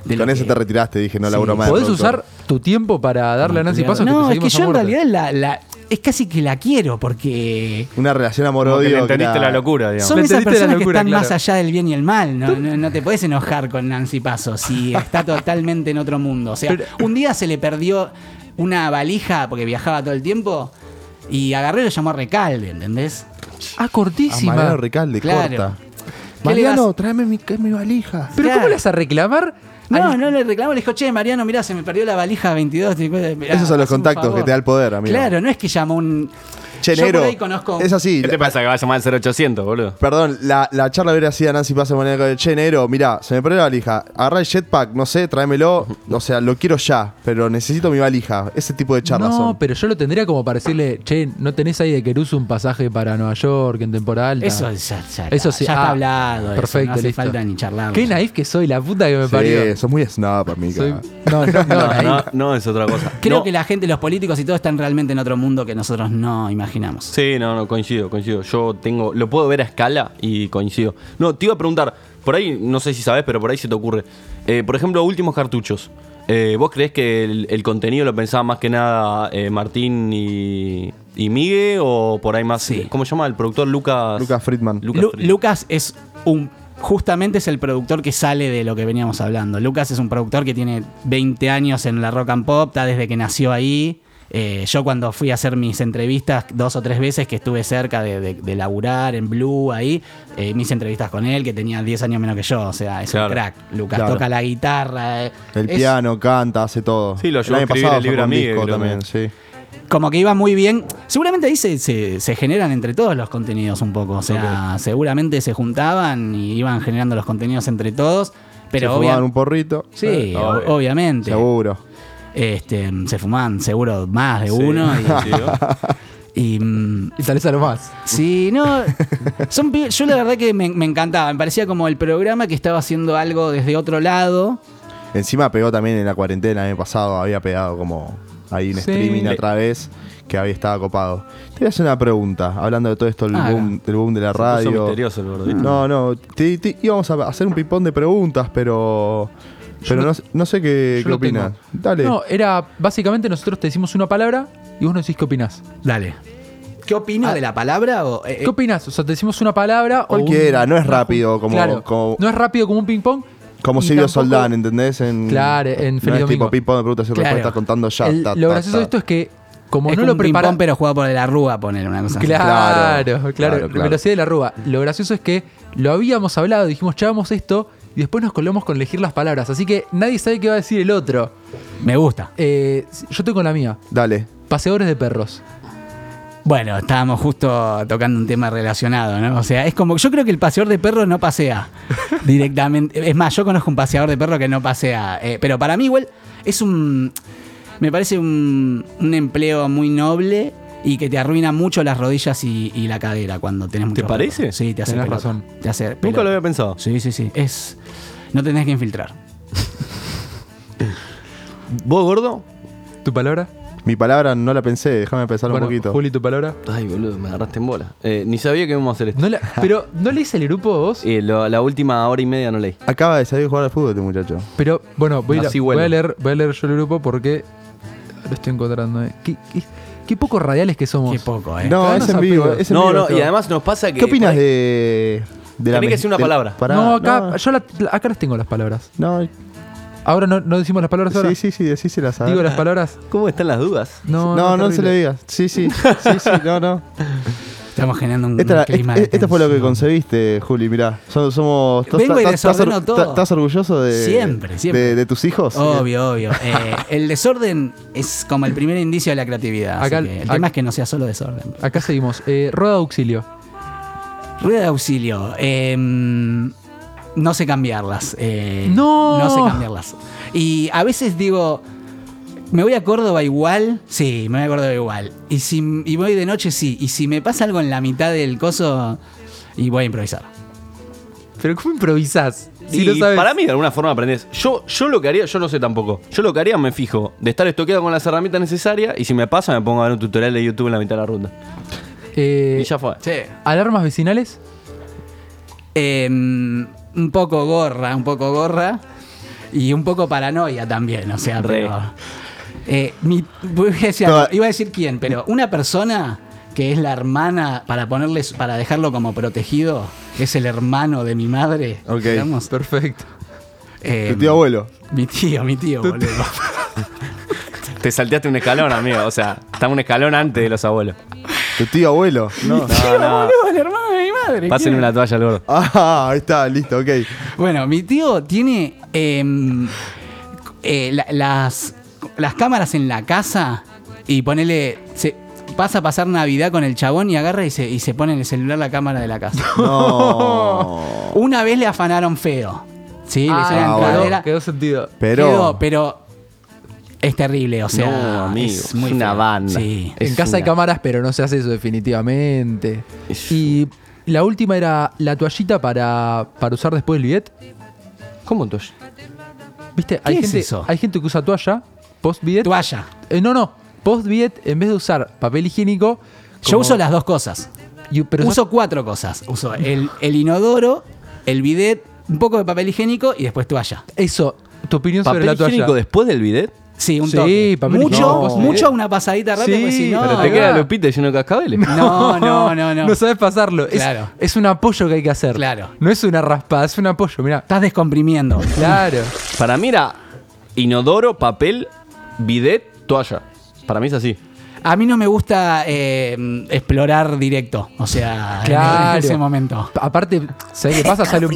Speaker 11: de lo
Speaker 10: Con eso
Speaker 11: que-
Speaker 10: te retiraste, dije, no
Speaker 11: Sí.
Speaker 10: laburo más. de
Speaker 8: ¿Podés
Speaker 10: productor.
Speaker 8: usar tu tiempo para darle a Nancy Pasos?
Speaker 11: No,
Speaker 8: te
Speaker 11: es que
Speaker 8: seguimos a
Speaker 11: yo en
Speaker 8: muerte?
Speaker 11: realidad la, la- es casi que la quiero, porque.
Speaker 10: Una relación
Speaker 12: Como que
Speaker 10: amor-odio.
Speaker 12: le
Speaker 10: que
Speaker 12: entendiste
Speaker 10: era-
Speaker 12: la locura, digamos.
Speaker 11: Son
Speaker 8: Le
Speaker 11: esas
Speaker 8: entendiste la
Speaker 11: personas
Speaker 8: locura,
Speaker 11: que están
Speaker 8: claro.
Speaker 11: más allá del bien y el mal. No, no, no te podés enojar con Nancy Paso si está totalmente en otro mundo. O sea, un día se le perdió una valija porque viajaba todo el tiempo y agarró y lo llamó a Recalde, ¿entendés?
Speaker 8: Ah,
Speaker 10: A
Speaker 8: cortísima.
Speaker 10: Mariano Recalde,
Speaker 11: Claro.
Speaker 10: corta.
Speaker 11: ¿Qué le
Speaker 10: Mariano, tráeme mi, que- mi valija.
Speaker 8: Pero
Speaker 11: Claro.
Speaker 8: ¿cómo le vas a reclamar?
Speaker 11: No, no le reclamo, le dijo, che, Mariano, mirá, se me perdió la valija 22. mirá,
Speaker 10: Esos son los
Speaker 11: haceme un
Speaker 10: contactos
Speaker 11: favor".
Speaker 10: que te da el poder, amigo.
Speaker 11: Claro, no es que llama un...
Speaker 10: Che,
Speaker 11: Yo por
Speaker 10: negro,
Speaker 11: ahí conozco-
Speaker 10: Es así.
Speaker 12: ¿Qué te pasa que vas a llamar al 0800, boludo?
Speaker 10: Perdón, la, la charla hubiera sido Nancy Paz de manera que, che, negro, mirá, se me perdió la valija. Agarrá el jetpack, no sé, tráemelo. O sea, lo quiero ya, pero necesito mi valija. Ese tipo de charlas
Speaker 8: No,
Speaker 10: son.
Speaker 8: pero yo lo tendría como para decirle, che, ¿no tenés ahí de Queruso un pasaje para Nueva York en temporada alta?
Speaker 11: Eso ya, ya,
Speaker 8: Eso sí,
Speaker 11: ya
Speaker 8: ah,
Speaker 11: está hablado. eso,
Speaker 8: perfecto,
Speaker 11: no hace
Speaker 8: listo.
Speaker 11: falta ni charlar.
Speaker 8: Qué naif que soy, la puta que me
Speaker 10: Sí,
Speaker 8: parió.
Speaker 10: sos muy snob, amiga.
Speaker 8: Soy- No, no, no,
Speaker 12: No,
Speaker 8: naif.
Speaker 12: no, no, es otra cosa.
Speaker 11: Creo
Speaker 12: No.
Speaker 11: que la gente, los políticos y todo están realmente en otro mundo que nosotros no imaginamos.
Speaker 12: Sí, no, no, coincido, coincido. Yo tengo, lo puedo ver a escala y coincido. No, te iba a preguntar, por ahí, no sé si sabes, pero por ahí se te ocurre. Eh, por ejemplo, últimos cartuchos. Eh, ¿Vos creés que el, el contenido lo pensaban más que nada eh, Martín y, y Migue? ¿O por ahí más?
Speaker 11: Sí.
Speaker 12: ¿Cómo se llama? El productor Lucas.
Speaker 10: Lucas Friedman.
Speaker 12: Lucas
Speaker 11: Lu-
Speaker 12: Friedman.
Speaker 11: Lucas es un... Justamente es el productor que sale de lo que veníamos hablando. Lucas es un productor que tiene 20 años en la rock and pop, está desde que nació ahí. Eh, yo cuando fui a hacer mis entrevistas dos o tres veces que estuve cerca de, de- de laburar en Blue ahí, eh, mis entrevistas con él, que tenía 10 años menos que yo, o sea, es
Speaker 12: Claro.
Speaker 11: un crack. Lucas
Speaker 10: Claro.
Speaker 11: toca la guitarra. eh,
Speaker 10: El
Speaker 11: es-
Speaker 10: piano, canta, hace todo.
Speaker 12: Sí, lo ayudó
Speaker 10: año
Speaker 12: a escribir
Speaker 10: pasado
Speaker 12: el
Speaker 10: sacó
Speaker 12: libro
Speaker 10: un
Speaker 12: Amigue,
Speaker 10: disco
Speaker 12: creo
Speaker 10: también,
Speaker 12: que.
Speaker 10: sí.
Speaker 11: como que iba muy bien. Seguramente ahí se, se- se generan entre todos los contenidos un poco. O sea, seguramente se juntaban y iban generando los contenidos entre todos. Pero
Speaker 10: Se
Speaker 11: obvia-
Speaker 10: fumaban un porrito.
Speaker 11: Sí,
Speaker 12: Eh,
Speaker 11: o-
Speaker 12: obvio.
Speaker 11: obviamente.
Speaker 10: Seguro.
Speaker 11: Este, se fumaban seguro más de
Speaker 12: Sí,
Speaker 11: uno.
Speaker 12: coincido.
Speaker 11: Y, y, mm,
Speaker 8: Y tal vez a lo más.
Speaker 11: sí, no. Son, pi- yo la verdad que me, me encantaba. Me parecía como el programa que estaba haciendo algo desde otro lado.
Speaker 10: Encima pegó también en la cuarentena el año pasado, había pegado como ahí en
Speaker 8: Sí.
Speaker 10: streaming otra vez, que había estado copado. Te voy a hacer una pregunta, hablando de todo esto, el,
Speaker 8: Ah,
Speaker 11: Haga.
Speaker 10: boom, el boom de la
Speaker 12: puso
Speaker 10: radio.
Speaker 12: misterioso el gordito.
Speaker 10: No, no, te- te- íbamos a hacer un pipón de preguntas, pero. Pero no, no sé qué,
Speaker 8: Yo
Speaker 10: Eh, qué
Speaker 8: lo
Speaker 10: opinas.
Speaker 8: tengo.
Speaker 10: Dale.
Speaker 8: No, era básicamente nosotros te decimos una palabra y vos nos decís qué opinás. Ah.
Speaker 11: Dale. ¿Qué opino de la palabra? O, eh,
Speaker 8: ¿Qué opinás? O sea, te decimos una palabra o un-
Speaker 10: Cualquiera, no es rápido como-
Speaker 8: Claro,
Speaker 10: como-
Speaker 8: no es rápido como un ping pong.
Speaker 10: Como
Speaker 8: y
Speaker 10: Silvio
Speaker 8: tampoco-
Speaker 10: Soldán, ¿entendés? En,
Speaker 8: Claro, en
Speaker 10: no
Speaker 8: Feliz
Speaker 10: es
Speaker 8: Domingo.
Speaker 10: tipo pipón de preguntas y
Speaker 11: Claro.
Speaker 10: respuestas contando ya.
Speaker 8: El-
Speaker 10: ta,
Speaker 8: lo
Speaker 10: ta,
Speaker 8: gracioso
Speaker 10: ta.
Speaker 8: de esto es que, como
Speaker 11: es
Speaker 8: no
Speaker 11: como
Speaker 8: lo
Speaker 11: un ping-pong,
Speaker 8: preparamos.
Speaker 11: pero jugado por la rúa, poner una cosa así.
Speaker 8: Claro,
Speaker 10: Claro,
Speaker 8: claro,
Speaker 10: claro, claro.
Speaker 8: velocidad de la rúa. Lo gracioso es que lo habíamos hablado, dijimos, chavamos esto, y después nos colamos con elegir las palabras. Así que nadie sabe qué va a decir el otro.
Speaker 11: Me gusta.
Speaker 8: Eh, yo tengo la mía.
Speaker 10: Dale.
Speaker 8: Paseadores de perros.
Speaker 11: Bueno, estábamos justo tocando un tema relacionado, ¿no? O sea, es como, yo creo que el paseador de perros no pasea directamente. Es más, yo conozco un paseador de perros que no pasea, eh, pero para mí igual es un, me parece un, un empleo muy noble y que te arruina mucho las rodillas y, y la cadera cuando tenés mucho
Speaker 12: ¿Te parece?
Speaker 11: pelo. Sí, te hace
Speaker 8: Tenés
Speaker 11: pelota.
Speaker 8: razón.
Speaker 11: Te hace
Speaker 12: Nunca
Speaker 11: pelota.
Speaker 12: lo había pensado.
Speaker 11: Sí, sí, sí. Es, no tenés que infiltrar.
Speaker 12: ¿Vos, gordo?
Speaker 8: ¿Tu palabra?
Speaker 10: Mi palabra no la pensé, déjame pensar
Speaker 8: Bueno,
Speaker 10: un poquito.
Speaker 8: Juli, ¿tu palabra?
Speaker 12: Ay, boludo, me agarraste en bola. Eh, ni sabía que íbamos a hacer esto.
Speaker 8: No la- pero no lees el grupo vos,
Speaker 12: Eh, lo- la última hora y media no leí.
Speaker 10: Acaba de salir a jugar al fútbol este muchacho.
Speaker 8: pero bueno, voy, a ir a-
Speaker 12: Así
Speaker 8: voy a
Speaker 12: huele.
Speaker 8: leer, voy a leer yo el grupo porque lo estoy encontrando. eh. ¿Qué, qué, qué poco radiales que somos.
Speaker 11: Qué poco, ¿eh?
Speaker 10: No,
Speaker 8: Caganos
Speaker 10: es en
Speaker 8: a
Speaker 10: vivo.
Speaker 8: pedo.
Speaker 10: es en
Speaker 12: No,
Speaker 10: vivo
Speaker 12: no,
Speaker 10: esto.
Speaker 12: y además nos pasa que.
Speaker 10: ¿Qué opinas de, de
Speaker 12: Tenés que
Speaker 10: mez-
Speaker 12: decir una
Speaker 10: de-
Speaker 12: palabra.
Speaker 10: pará,
Speaker 8: no, acá, yo la- la- acá las tengo las palabras.
Speaker 10: No, no,
Speaker 8: Ahora no, no decimos las palabras ahora.
Speaker 10: sí, sí, sí, decíselas. a ver.
Speaker 8: Digo las palabras.
Speaker 12: ¿Cómo están las dudas?
Speaker 8: No,
Speaker 10: No, no, se
Speaker 8: terrible.
Speaker 10: le digas. Sí, sí, sí, sí, no, no.
Speaker 11: Estamos generando un,
Speaker 13: Esta,
Speaker 11: un clima
Speaker 13: e- e-
Speaker 11: de
Speaker 13: esto fue lo que
Speaker 11: tensión.
Speaker 13: concebiste, Juli, mirá. Son- somos, ¿estás-
Speaker 11: Vengo y
Speaker 13: estás- estás-
Speaker 11: desordeno
Speaker 13: estás-
Speaker 11: todo.
Speaker 13: ¿Estás orgulloso de,
Speaker 11: Siempre, siempre.
Speaker 13: de, de tus hijos?
Speaker 11: Obvio, obvio. Eh, el desorden es como el primer indicio de la creatividad. así
Speaker 8: Acá-
Speaker 11: que el
Speaker 8: acá-
Speaker 11: tema es que no sea solo desorden.
Speaker 8: Acá seguimos. Eh, rueda de auxilio.
Speaker 11: Rueda de auxilio. eh, no sé cambiarlas. eh,
Speaker 8: No.
Speaker 11: No sé cambiarlas. Y a veces digo, ¿me voy a Córdoba igual? Sí, me voy a Córdoba igual. Y si y voy de noche, sí. Y si me pasa algo en la mitad del coso, y voy a improvisar.
Speaker 8: Pero ¿cómo improvisás?
Speaker 11: Si
Speaker 14: y
Speaker 11: no sabes-
Speaker 14: para mí de alguna forma aprendes. Yo, yo lo que haría, yo no sé tampoco. Yo lo que haría me fijo de estar estoqueado con las herramientas necesarias y si me pasa me pongo a ver un tutorial de YouTube en la mitad de la ronda.
Speaker 8: Eh,
Speaker 14: y ya fue.
Speaker 8: ¿Alarmas vecinales?
Speaker 11: Eh, un poco gorra, un poco gorra. Y un poco paranoia también, o sea,
Speaker 14: Re.
Speaker 11: pero- Eh, mi- voy a decir algo, iba a decir quién, pero una persona que es la hermana, para ponerles, para dejarlo como protegido, es el hermano de mi madre. Eh,
Speaker 13: Ok,
Speaker 8: perfecto.
Speaker 13: Tu tío abuelo.
Speaker 11: Mi tío, mi tío, boludo.
Speaker 14: Te salteaste un escalón, amigo. O sea, estamos un escalón antes de los abuelos.
Speaker 13: Tu tío abuelo.
Speaker 14: No, no.
Speaker 11: Boludo, el hermano de mi madre.
Speaker 14: Pasen
Speaker 11: ¿quién?
Speaker 14: una toalla al gordo.
Speaker 13: Ah, ahí está, listo, ok.
Speaker 11: Bueno, mi tío tiene em, eh, la- las, las cámaras en la casa y ponele. Eh, Se, pasa a pasar Navidad con el chabón y agarra y se, y se pone en el celular la cámara de la casa. Una vez le afanaron feo. Sí, le
Speaker 8: Ah,
Speaker 11: hicieron
Speaker 8: quedó-
Speaker 11: cadera.
Speaker 8: Quedó sentido.
Speaker 11: Quedó, pero es terrible, o sea. es muy feo. Sí.
Speaker 8: En casa hay cámaras, pero no se hace eso definitivamente. Y la última era la toallita para, para usar después del bidet.
Speaker 14: ¿Cómo toalla?
Speaker 8: ¿Viste? Hay,
Speaker 11: ¿Qué es
Speaker 8: gente,
Speaker 11: eso?
Speaker 8: hay gente que usa toalla post-bidet.
Speaker 11: Toalla.
Speaker 8: no, no. Post-bidet, en vez de usar papel higiénico.
Speaker 11: Yo uso las dos cosas. uso cuatro cosas. Uso el, el inodoro, el bidet, un poco de papel higiénico y después toalla.
Speaker 8: Eso, tu opinión
Speaker 11: sobre la toalla.
Speaker 14: después del bidet?
Speaker 11: Sí, un
Speaker 8: Sí,
Speaker 11: toque.
Speaker 8: papel
Speaker 11: mucho,
Speaker 8: higiénico.
Speaker 11: mucho a una pasadita rápida, porque si no.
Speaker 14: pero te
Speaker 11: acá-
Speaker 14: queda los pites llenos de cascabeles.
Speaker 11: No, no, no, no.
Speaker 8: No sabes pasarlo. Es-
Speaker 11: Claro.
Speaker 8: Es, un apoyo que hay que hacer.
Speaker 11: Claro.
Speaker 8: No es una raspada, es un apoyo. Mira.
Speaker 11: Estás descomprimiendo.
Speaker 8: Claro.
Speaker 14: Para mí era inodoro, papel, bidet, toalla. Para mí es así.
Speaker 11: A mí no me gusta eh, explorar directo. O sea, en- en
Speaker 8: Claro.
Speaker 11: ese momento.
Speaker 8: Aparte, ¿sabes qué pasa? Sale un,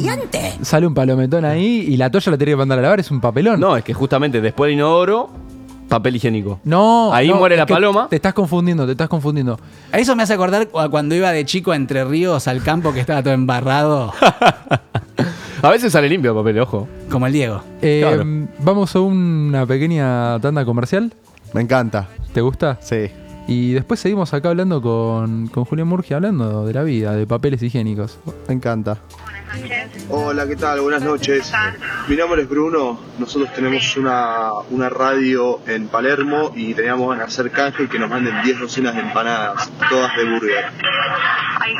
Speaker 8: sale un palometón ahí y la toalla la tenés que mandar a lavar, es un papelón.
Speaker 14: No, es que justamente después del inodoro, papel higiénico.
Speaker 8: No,
Speaker 14: Ahí
Speaker 8: no,
Speaker 14: muere
Speaker 8: es
Speaker 14: la
Speaker 8: que
Speaker 14: paloma.
Speaker 8: Te estás confundiendo, te estás confundiendo.
Speaker 11: A Eso me hace acordar cu- a cuando iba de chico a Entre Ríos al campo que estaba todo embarrado,
Speaker 14: A veces sale limpio el papel, ojo.
Speaker 11: como el Diego.
Speaker 8: Eh,
Speaker 14: Claro.
Speaker 8: Vamos a una pequeña tanda comercial.
Speaker 13: Me encanta.
Speaker 8: ¿Te gusta?
Speaker 13: Sí.
Speaker 8: Y después seguimos acá hablando con, con Julián Murgia, hablando de la vida, de papeles higiénicos.
Speaker 13: Me encanta.
Speaker 10: Hola, ¿qué tal? Buenas noches. Mi nombre es Bruno. Nosotros tenemos una, una radio en Palermo y teníamos ganas de hacer canje y que nos manden 10 docenas de empanadas, todas de burger.
Speaker 3: Ay,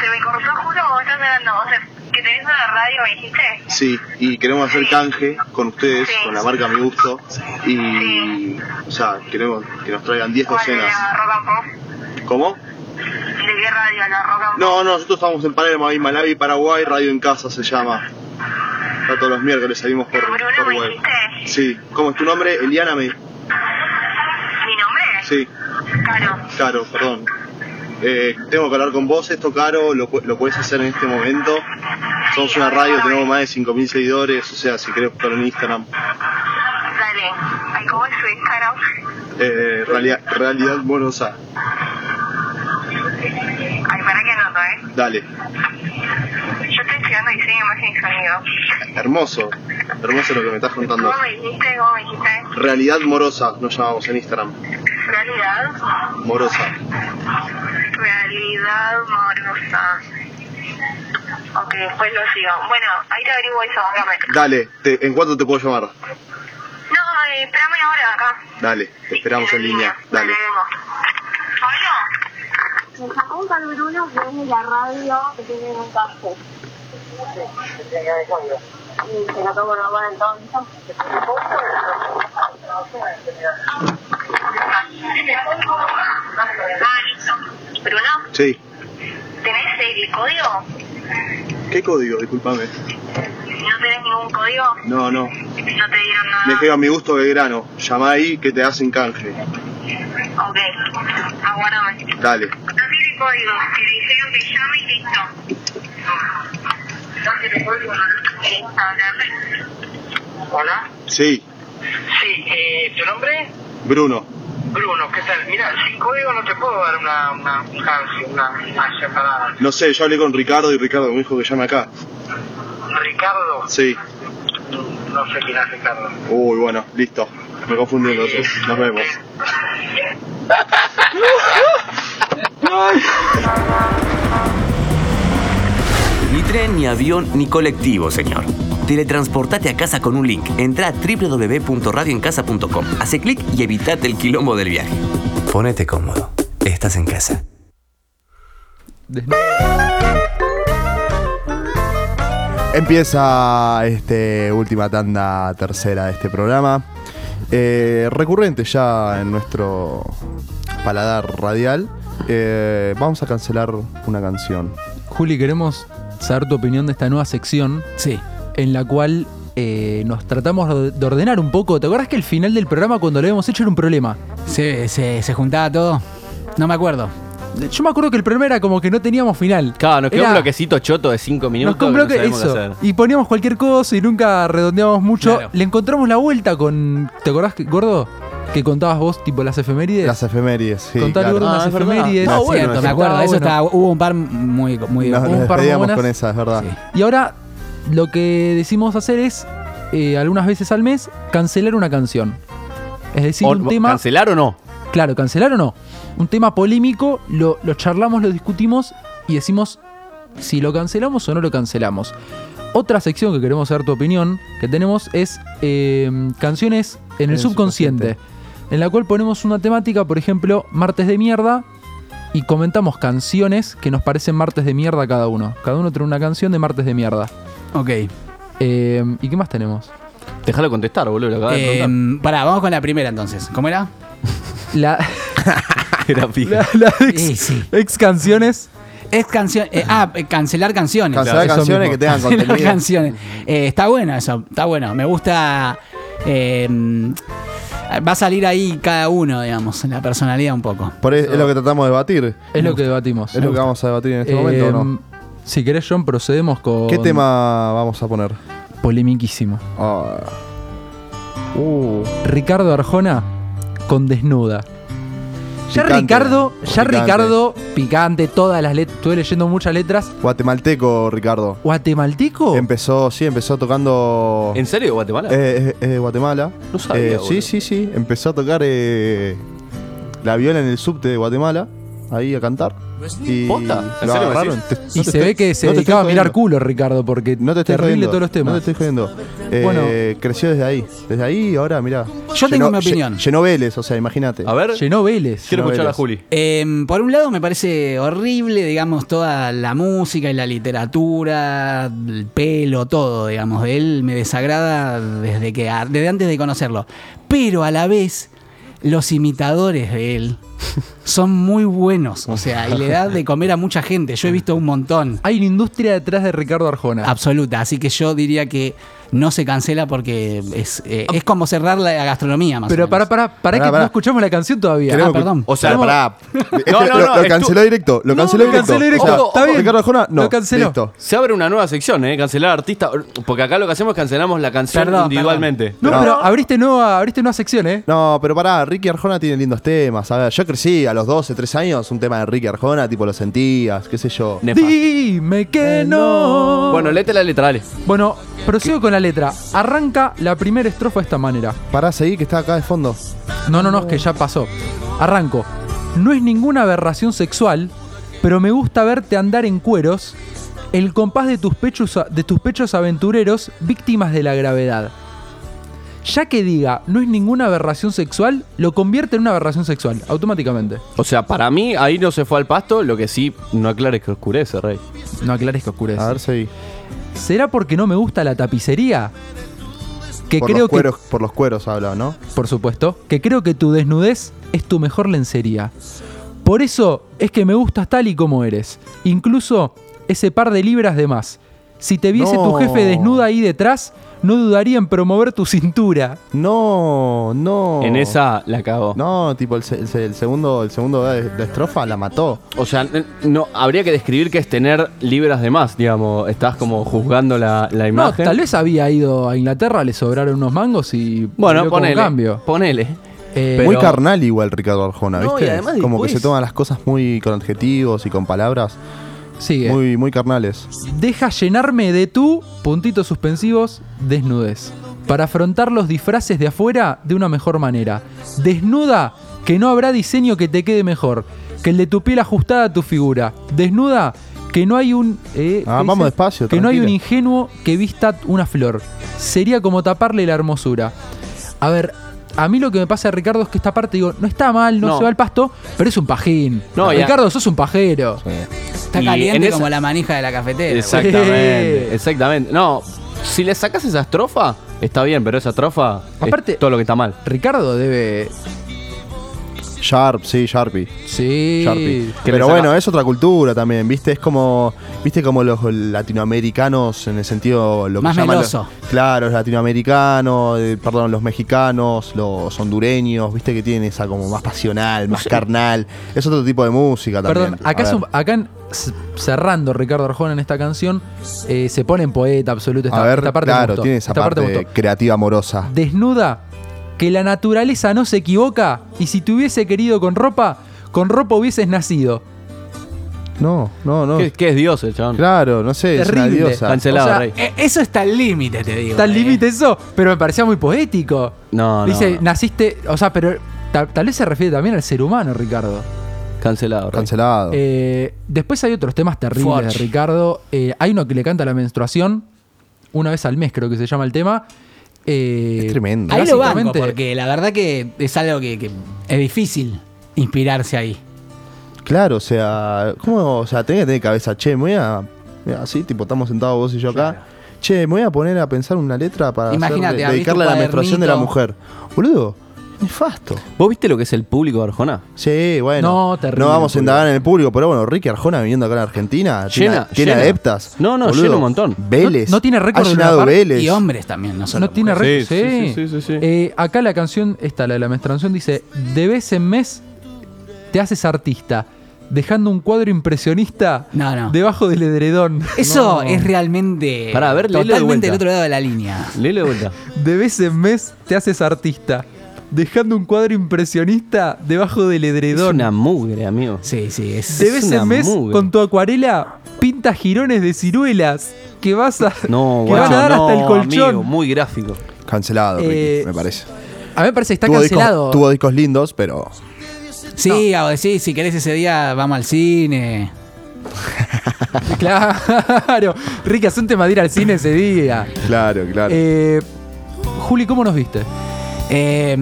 Speaker 3: se me cortó justo como estás hablando. O sea, que tenés una radio, me dijiste.
Speaker 10: Sí, y queremos hacer canje con ustedes, con la marca Mi Gusto. Y, o sea, queremos que nos traigan 10 docenas. ¿Cómo?
Speaker 3: ¿De qué radio? La rock and
Speaker 10: No, no, nosotros estamos en Palermo, ahí, Malawi, Paraguay, Radio en Casa se llama. Está todos los miércoles, salimos por, por web. Sí, ¿cómo es tu nombre? Eliana me.
Speaker 3: ¿Mi nombre?
Speaker 10: Sí.
Speaker 3: Caro.
Speaker 10: Caro, perdón. Eh, tengo que hablar con vos, esto Caro, lo, pu- lo puedes hacer en este momento. Somos una radio, tenemos más de 5.000 seguidores, o sea, si querés buscar en Instagram.
Speaker 3: Dale. Ay, ¿cómo es su Instagram?
Speaker 10: Eh, realidad, realidad Buenos Aires.
Speaker 3: Ay, para que anoto, ¿eh?
Speaker 10: Dale,
Speaker 3: Yo estoy estudiando diseño, imagen y sonido.
Speaker 10: hermoso, hermoso lo que me estás contando.
Speaker 3: ¿Cómo me dijiste? ¿Cómo me dijiste?
Speaker 10: Realidad Morosa, nos llamamos en Instagram.
Speaker 3: Realidad.
Speaker 10: Morosa.
Speaker 3: Realidad morosa. Ok, después lo sigo. Bueno, ahí te averiguo eso, dame.
Speaker 10: Dale, te- ¿en cuánto te puedo llamar?
Speaker 3: No, eh, espérame ahora acá.
Speaker 10: Dale, te esperamos en línea. Dale.
Speaker 3: Me sacó un caluruno que es de la radio que tiene un café. Y se la tomo normal entonces. Ah, listo. Bruno,
Speaker 10: Sí,
Speaker 3: ¿tenés el código?
Speaker 10: ¿qué código? Disculpame.
Speaker 3: ¿No tenés ningún código?
Speaker 10: No, no,
Speaker 3: No te dieron nada.
Speaker 10: me queda mi gusto Belgrano. Llama ahí que te hacen canje.
Speaker 5: Ok, aguardame.
Speaker 15: Dale.
Speaker 5: No tiene código, que le dijeron que llame y listo. No tiene código, no lo ¿Querés hablarle? Hola.
Speaker 15: Sí,
Speaker 5: Sí, eh, ¿tu nombre?
Speaker 15: Bruno.
Speaker 5: Bruno, ¿qué tal? Mira, sin código no te puedo dar una, una, un canje, una, una separada.
Speaker 15: No sé, yo hablé con Ricardo y Ricardo me dijo que llame acá.
Speaker 5: Ricardo,
Speaker 15: Sí.
Speaker 5: no sé quién es Ricardo.
Speaker 15: Uy, bueno, listo. Me confundí entonces. Nos vemos.
Speaker 1: Ni tren, ni avión, ni colectivo, señor. Teletransportate a casa con un link. Entra a www.radioencasa.com. Hace clic y evitate el quilombo del viaje. Ponete cómodo. Estás en casa.
Speaker 10: Empieza este última tanda tercera de este programa. Eh, recurrente ya en nuestro paladar radial. Eh, vamos a cancelar una canción.
Speaker 8: Juli, queremos saber tu opinión de esta nueva sección.
Speaker 4: Sí.
Speaker 8: En la cual eh, nos tratamos de- de ordenar un poco. ¿Te acordás que el final del programa, cuando lo habíamos hecho, era un problema?
Speaker 4: Se, se, se juntaba todo. No me acuerdo.
Speaker 8: Yo me acuerdo que el problema era como que no teníamos final.
Speaker 11: Claro, nos quedó
Speaker 8: Era-
Speaker 11: un bloquecito choto de 5
Speaker 8: Nos
Speaker 11: minutos.
Speaker 8: compró
Speaker 11: que
Speaker 8: que
Speaker 11: no sabemos
Speaker 8: eso.
Speaker 11: qué hacer.
Speaker 8: Y poníamos cualquier cosa y nunca redondeábamos mucho. Le encontramos la vuelta con. ¿Te acordás, que- gordo? Que contabas vos, tipo las efemérides. Las
Speaker 10: efemérides, sí.
Speaker 8: Contar
Speaker 10: claro.
Speaker 8: gordo
Speaker 10: Ah,
Speaker 8: las
Speaker 10: es verdad.
Speaker 8: efemérides.
Speaker 10: No, bueno,
Speaker 4: Cierto, me acuerdo. Eso estaba, hubo un par muy. muy
Speaker 10: Nos,
Speaker 4: hubo
Speaker 10: nos
Speaker 4: un par muy
Speaker 10: despedíamos
Speaker 4: buenas.
Speaker 10: con esa, es verdad.
Speaker 8: Y ahora lo que decimos hacer es, eh, algunas veces al mes, cancelar una canción. Es decir,
Speaker 11: O-
Speaker 8: un tema.
Speaker 11: ¿Cancelar o no?
Speaker 8: Claro, cancelar o no. Un tema polémico, lo, lo charlamos, lo discutimos y decimos si lo cancelamos o no lo cancelamos. Otra sección que queremos saber tu opinión que tenemos es eh, canciones en el,
Speaker 10: el
Speaker 8: subconsciente, en la cual ponemos una temática, por ejemplo, martes de mierda, y comentamos canciones que nos parecen martes de mierda a cada uno. Cada uno trae una canción de martes de mierda.
Speaker 4: Ok.
Speaker 8: Em, ¿Y qué más tenemos?
Speaker 11: Déjalo contestar, boludo. Lo acabas de
Speaker 4: Eh,
Speaker 11: preguntar.
Speaker 4: pará, vamos con la primera entonces. ¿Cómo era?
Speaker 8: La,
Speaker 11: Era fija.
Speaker 8: la- la ex, ex canciones.
Speaker 4: Es canción. eh, ah, eh, cancelar canciones.
Speaker 10: Cancelar
Speaker 4: Eso
Speaker 10: canciones
Speaker 4: mismo.
Speaker 10: que tengan
Speaker 4: Cancelar
Speaker 10: contenido.
Speaker 4: canciones. Eh, está bueno eso, está bueno. Me gusta. eh, va a salir ahí cada uno, digamos, la personalidad un poco.
Speaker 10: Por es, es lo que tratamos de debatir.
Speaker 8: Es lo que debatimos.
Speaker 10: Es lo que vamos a debatir en este
Speaker 8: Eh,
Speaker 10: momento, ¿o no?
Speaker 8: Si querés, John, procedemos con.
Speaker 10: ¿Qué tema vamos a poner?
Speaker 8: Polemiquísimo.
Speaker 10: Ah. Uh.
Speaker 8: Ricardo Arjona con desnuda. Ya
Speaker 10: Picante.
Speaker 8: Ricardo, ya
Speaker 10: Picante.
Speaker 8: Ricardo, picante, todas las letras, estuve leyendo muchas letras.
Speaker 10: Guatemalteco, Ricardo.
Speaker 8: ¿Guatemalteco?
Speaker 10: Em, Empezó, sí, empezó tocando.
Speaker 11: ¿En serio, Guatemala?
Speaker 10: Eh, eh, eh, Guatemala.
Speaker 11: No sabía,
Speaker 10: Eh,
Speaker 11: boludo.
Speaker 10: sí, sí, sí. Empezó a tocar eh, la viola en el subte de Guatemala. Ahí a cantar. Y
Speaker 11: ¿Posta? ¿En
Speaker 10: lo
Speaker 11: serio me
Speaker 10: agarraron.
Speaker 11: decís?
Speaker 10: Te- no
Speaker 8: Y
Speaker 10: te
Speaker 8: se
Speaker 10: estoy-
Speaker 8: ve que se
Speaker 10: no te
Speaker 8: dedicaba a
Speaker 10: estoy
Speaker 8: mirar
Speaker 10: jodiendo.
Speaker 8: culo, Ricardo, porque
Speaker 10: No te estoy
Speaker 8: terrible
Speaker 10: jodiendo.
Speaker 8: todos los temas.
Speaker 10: No te estoy jodiendo. Eh,
Speaker 8: Bueno.
Speaker 10: creció desde ahí. Desde ahí y ahora, mirá.
Speaker 4: Yo tengo mi opinión.
Speaker 10: lle- Llenó Vélez, o sea,
Speaker 8: Ah,
Speaker 10: imagínate.
Speaker 11: A ver.
Speaker 8: Llenó Vélez.
Speaker 11: Quiero
Speaker 10: Llenó
Speaker 11: escuchar a
Speaker 10: Vélez.
Speaker 11: Juli.
Speaker 4: Eh, por un lado me parece horrible, digamos, toda la música y la literatura, el pelo, todo, digamos, de él me desagrada desde que desde antes de conocerlo. Pero a la vez, los imitadores de él son muy buenos. O sea, y le da de comer a mucha gente. Yo he visto un montón.
Speaker 8: Hay una industria detrás de Ricardo Arjona.
Speaker 4: Absoluta. Así que yo diría que no se cancela porque es, eh, es como cerrar la gastronomía más o
Speaker 8: Pero
Speaker 4: menos.
Speaker 8: para, para, para
Speaker 10: Pará,
Speaker 8: que
Speaker 10: pará.
Speaker 8: no escuchamos la canción todavía.
Speaker 10: Queremos
Speaker 4: Ah,
Speaker 10: que-
Speaker 4: perdón.
Speaker 10: O sea,
Speaker 8: Queremos-
Speaker 10: pará. Este,
Speaker 11: no,
Speaker 10: lo-
Speaker 11: no,
Speaker 10: lo
Speaker 11: estu-
Speaker 10: canceló directo. Lo
Speaker 8: No,
Speaker 10: canceló
Speaker 8: lo
Speaker 10: directo.
Speaker 8: canceló directo,
Speaker 10: O sea,
Speaker 8: está bien.
Speaker 10: Ricardo Arjona, no.
Speaker 8: Lo canceló.
Speaker 10: Listo.
Speaker 11: Se abre una nueva sección, ¿eh? Cancelar artista. Porque acá lo que hacemos es cancelamos la canción
Speaker 4: Perdón,
Speaker 11: individualmente.
Speaker 8: No,
Speaker 10: No.
Speaker 8: pero abriste nueva, abriste nueva sección, ¿eh?
Speaker 10: No, pero pará, Ricky Arjona tiene lindos temas. A ver, yo crecí a los 12, 13 años, un tema de Ricky Arjona, tipo lo sentías, qué sé yo.
Speaker 11: Nefa.
Speaker 8: Dime que no.
Speaker 11: Bueno, léete la letra, dale.
Speaker 8: Bueno, procedo con la letra. Arranca la primera estrofa de esta manera.
Speaker 10: Pará, seguí que está acá de fondo.
Speaker 8: No, no, no, es que ya pasó. Arranco. No es ninguna aberración sexual, pero me gusta verte andar en cueros, el compás de tus pechos, de tus pechos aventureros, víctimas de la gravedad. Ya que diga, no es ninguna aberración sexual, lo convierte en una aberración sexual, automáticamente.
Speaker 11: O sea, para mí ahí no se fue al pasto, lo que sí no aclares que oscurece, Rey.
Speaker 8: No aclares que oscurece.
Speaker 10: A ver, seguí.
Speaker 8: ¿Será porque no me gusta la tapicería? Que
Speaker 10: Por
Speaker 8: creo
Speaker 10: los
Speaker 8: que
Speaker 10: cueros, por los cueros habla, ¿no?
Speaker 8: por supuesto, que creo que tu desnudez es tu mejor lencería. Por eso es que me gustas tal y como eres. Incluso ese par de libras de más. Si te viese
Speaker 10: No.
Speaker 8: tu jefe desnuda ahí detrás, no dudaría en promover tu cintura.
Speaker 10: No, no.
Speaker 11: En esa la cago.
Speaker 10: No, tipo, el, se- el se- el segundo, el segundo de, de estrofa la mató.
Speaker 11: O sea, n- no, habría que describir que es tener libras de más, digamos. Estás como juzgando la, la
Speaker 8: No,
Speaker 11: imagen.
Speaker 8: tal vez había ido a Inglaterra, le sobraron unos mangos y
Speaker 11: Bueno,
Speaker 8: peleó como
Speaker 11: ponele,
Speaker 8: cambio.
Speaker 11: Ponele.
Speaker 10: muy carnal igual Ricardo Arjona,
Speaker 8: No,
Speaker 10: ¿viste?
Speaker 8: y además
Speaker 10: Como
Speaker 8: después-
Speaker 10: que se toman las cosas muy con adjetivos y con palabras.
Speaker 8: Sigue.
Speaker 10: Muy, muy carnales.
Speaker 8: Deja llenarme de tu, puntitos suspensivos, desnudez. Para afrontar los disfraces de afuera de una mejor manera. Desnuda, que no habrá diseño que te quede mejor. Que el de tu piel ajustada a tu figura. Desnuda, que no hay un... eh,
Speaker 10: Ah,
Speaker 8: ¿qué
Speaker 10: vamos despacio,
Speaker 8: Que no hay un
Speaker 10: tranquila.
Speaker 8: ingenuo que vista una flor. Sería como taparle la hermosura. A ver, a mí lo que me pasa, Ricardo, es que esta parte, digo, no está mal, no,
Speaker 4: No.
Speaker 8: se va al pasto, pero es un pajín.
Speaker 4: No, ya.
Speaker 8: Ricardo, sos un pajero.
Speaker 4: Está
Speaker 11: Y
Speaker 4: caliente
Speaker 11: en esa-
Speaker 4: como la manija de la cafetera. güey.
Speaker 11: Exactamente, exactamente. No, si le sacas esa estrofa, está bien, pero esa estrofa
Speaker 8: Aparte-
Speaker 11: es todo lo que está mal.
Speaker 8: Ricardo debe.
Speaker 10: Sharp, sí, Sharpie.
Speaker 8: Sí.
Speaker 10: Sharpie.
Speaker 11: Que
Speaker 10: Pero
Speaker 11: le
Speaker 10: bueno,
Speaker 11: saca-
Speaker 10: es otra cultura también, ¿viste? Es como, ¿viste? Como los latinoamericanos en el sentido lo que
Speaker 4: Más
Speaker 10: llaman los-
Speaker 4: meloso.
Speaker 10: claro, los latinoamericanos, eh, perdón, los mexicanos, los hondureños, ¿viste? Que tienen esa como más pasional, más carnal. Es otro tipo de música también.
Speaker 8: Perdón, acá,
Speaker 10: A
Speaker 8: es un-
Speaker 10: ver.
Speaker 8: acá en- c- cerrando Ricardo Arjona en esta canción, eh, se pone en poeta absoluto. Esta,
Speaker 10: A ver,
Speaker 8: esta parte me
Speaker 10: claro,
Speaker 8: gustó,
Speaker 10: tiene esa
Speaker 8: esta
Speaker 10: parte,
Speaker 8: me gustó.
Speaker 10: creativa amorosa.
Speaker 8: Desnuda, que la naturaleza no se equivoca y si te hubiese querido con ropa, con ropa hubieses nacido.
Speaker 10: No, no, no.
Speaker 11: ¿Qué, qué es Dios el chabón?
Speaker 10: Claro, no sé, es una
Speaker 8: Terrible.
Speaker 10: diosa.
Speaker 11: Cancelado,
Speaker 8: O sea,
Speaker 11: Rey.
Speaker 4: Eh, Eso está al límite, te digo.
Speaker 8: Está al límite eso, pero me parecía muy poético.
Speaker 11: No, no.
Speaker 8: Dice,
Speaker 11: no.
Speaker 8: naciste, o sea, pero ta- tal vez se refiere también al ser humano, Ricardo.
Speaker 11: Cancelado. Rey.
Speaker 10: Cancelado.
Speaker 8: Eh, después hay otros temas terribles de
Speaker 11: Forge.
Speaker 8: Ricardo. Eh, hay uno que le canta la menstruación, una vez al mes creo que se llama el tema. Eh,
Speaker 10: Es tremendo.
Speaker 4: Ahí lo banco,
Speaker 8: básicamente-
Speaker 4: porque la verdad que es algo que, que es difícil inspirarse ahí.
Speaker 10: Claro, o sea, ¿cómo? O sea, tenés que tener cabeza, che, me voy a. mira, así, tipo, estamos sentados vos y yo acá. Che, me voy a poner a pensar una letra para hacer-
Speaker 4: Imagínate, abrís
Speaker 10: dedicarle a
Speaker 4: tu
Speaker 10: la menstruación de la
Speaker 4: cuadernito.
Speaker 10: mujer. Boludo, nefasto.
Speaker 11: ¿Vos viste lo que es el público de Arjona?
Speaker 10: Sí, bueno.
Speaker 11: No, terrible
Speaker 10: No vamos a
Speaker 11: el
Speaker 10: indagar en el público, pero bueno, Ricky Arjona viviendo acá en Argentina. tiene-
Speaker 11: Llena,
Speaker 10: tiene
Speaker 11: llena.
Speaker 10: adeptas.
Speaker 11: No, no, llena un montón.
Speaker 10: Vélez.
Speaker 8: No, no tiene récord
Speaker 10: Ha
Speaker 8: de una
Speaker 10: llenado
Speaker 8: par-
Speaker 10: Vélez.
Speaker 4: Y hombres también, no solo
Speaker 8: No tiene récord.
Speaker 4: mujeres.
Speaker 8: Sí, Eh, acá la canción, esta, la de la menstruación, dice: De vez en mes te haces artista, dejando un cuadro impresionista
Speaker 4: No, no.
Speaker 8: debajo del edredón.
Speaker 4: Eso
Speaker 8: No.
Speaker 4: es realmente
Speaker 8: Pará, a ver, léelo de
Speaker 4: totalmente
Speaker 8: vuelta.
Speaker 4: del otro lado de la línea.
Speaker 11: Lele vuelta.
Speaker 8: De vez en mes te haces artista, dejando un cuadro impresionista debajo del
Speaker 11: Es
Speaker 8: edredón.
Speaker 11: una mugre, amigo.
Speaker 4: Sí, sí, es.
Speaker 8: De vez
Speaker 11: una
Speaker 8: en mes,
Speaker 11: mugre.
Speaker 8: con tu acuarela, pintas girones de ciruelas que vas a,
Speaker 11: No,
Speaker 8: que van
Speaker 11: guacho,
Speaker 8: a dar hasta el
Speaker 11: no,
Speaker 8: colchón.
Speaker 11: amigo, muy gráfico.
Speaker 10: Cancelado, Ricky,
Speaker 8: Eh,
Speaker 10: me parece.
Speaker 8: A mí me parece que está
Speaker 10: tuvo,
Speaker 8: cancelado.
Speaker 10: Discos, tuvo discos lindos, pero.
Speaker 4: Sí, o decís, si querés ese día, vamos al cine.
Speaker 8: Claro, Ricky, hace un tema de ir al cine ese día.
Speaker 10: Claro, claro.
Speaker 8: Eh, Juli, ¿cómo nos viste?
Speaker 4: Eh,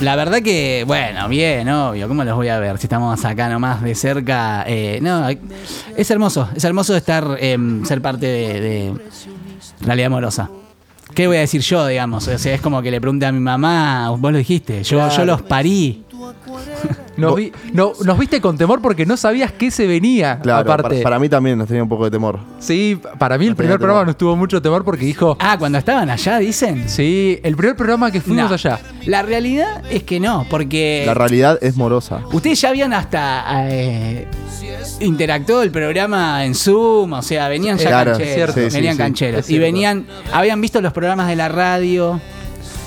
Speaker 4: la verdad que, bueno, bien, obvio, ¿cómo los voy a ver? Si estamos acá nomás de cerca. eh, no, es hermoso, es hermoso estar, eh, ser parte de, de realidad amorosa. ¿Qué voy a decir yo, digamos? O sea, es como que le pregunté a mi mamá, vos lo dijiste, yo,
Speaker 8: Claro.
Speaker 4: yo los parí.
Speaker 8: Nos, vi- no, nos viste con temor porque no sabías qué se venía.
Speaker 10: Claro, para-
Speaker 8: aparte.
Speaker 10: Para, mí también nos tenía un poco de temor.
Speaker 8: Sí, para mí el primer
Speaker 10: tenía
Speaker 8: programa
Speaker 10: temor.
Speaker 8: nos tuvo mucho temor porque dijo.
Speaker 4: Ah, cuando estaban allá, dicen.
Speaker 8: Sí, el primer programa que fuimos
Speaker 4: No.
Speaker 8: allá.
Speaker 4: La realidad es que no, porque...
Speaker 10: La realidad es morosa.
Speaker 4: Ustedes ya habían hasta eh, interactuado el programa en Zoom, o sea, venían ya
Speaker 10: Claro,
Speaker 4: cancheros,
Speaker 10: cierto. Sí, sí,
Speaker 4: venían
Speaker 10: sí,
Speaker 4: cancheros.
Speaker 10: es
Speaker 4: y
Speaker 10: cierto.
Speaker 4: venían, habían visto los programas de la radio.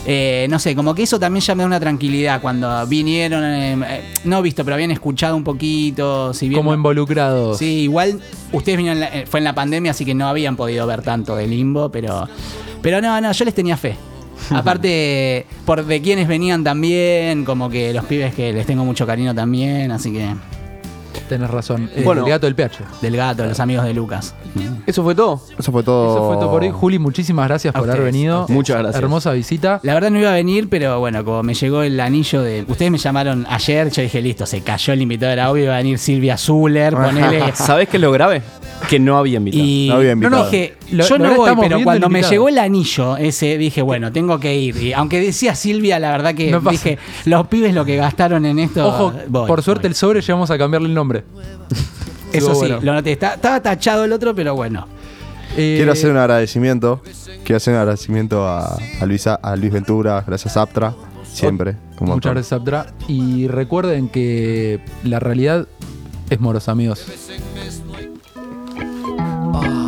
Speaker 4: eh, no sé, como que eso también ya me da una tranquilidad cuando vinieron, eh, eh, no visto, pero habían escuchado un poquito. Si bien,
Speaker 8: Como involucrados.
Speaker 4: Sí, igual ustedes vinieron, en la- eh, fue en la pandemia, así que no habían podido ver tanto de limbo, pero, pero no, no, yo les tenía fe. Aparte, por de quienes venían también, como que los pibes que les tengo mucho cariño también, así que
Speaker 8: Tenés razón.
Speaker 4: Bueno.
Speaker 8: el gato del PH.
Speaker 4: del gato, los amigos de Lucas.
Speaker 11: ¿Eso fue todo?
Speaker 10: Eso fue todo.
Speaker 8: Eso fue todo por hoy. Juli, muchísimas gracias
Speaker 4: A
Speaker 8: por haber
Speaker 4: ustedes, a
Speaker 8: venido.
Speaker 4: ustedes. Muchas
Speaker 11: gracias.
Speaker 8: Hermosa visita.
Speaker 4: La verdad no iba a venir, pero bueno, como me llegó el anillo de. Ustedes me llamaron ayer, yo dije, listo, se cayó el invitado de audio, iba a venir Silvia Zuller, ponele.
Speaker 11: ¿Sabés qué es lo grave? Que no había invitado.
Speaker 4: Y
Speaker 10: No había invitado.
Speaker 4: dije,
Speaker 8: Lo-
Speaker 4: yo
Speaker 8: lo
Speaker 4: no
Speaker 8: ahora
Speaker 4: voy,
Speaker 8: estamos
Speaker 4: pero
Speaker 8: viendo
Speaker 4: cuando
Speaker 8: el
Speaker 4: me
Speaker 8: invitado.
Speaker 4: llegó el anillo ese, dije, bueno, tengo que ir. Y aunque decía Silvia, la verdad que
Speaker 8: No pasa.
Speaker 4: dije, los pibes lo que gastaron en esto.
Speaker 8: Ojo,
Speaker 4: voy.
Speaker 8: por suerte el sobre llegamos a cambiarle el nombre.
Speaker 4: Eso
Speaker 8: Estuvo
Speaker 4: sí,
Speaker 8: bueno.
Speaker 4: lo noté. Está- estaba tachado el otro, pero bueno.
Speaker 8: Eh,
Speaker 10: Quiero hacer un agradecimiento. Quiero hacer un agradecimiento a, a Luisa, a Luis Ventura, gracias Aptra, siempre. un montón.
Speaker 8: Muchas gracias, Abdra. Y recuerden que la realidad es moros, amigos.
Speaker 16: Ah.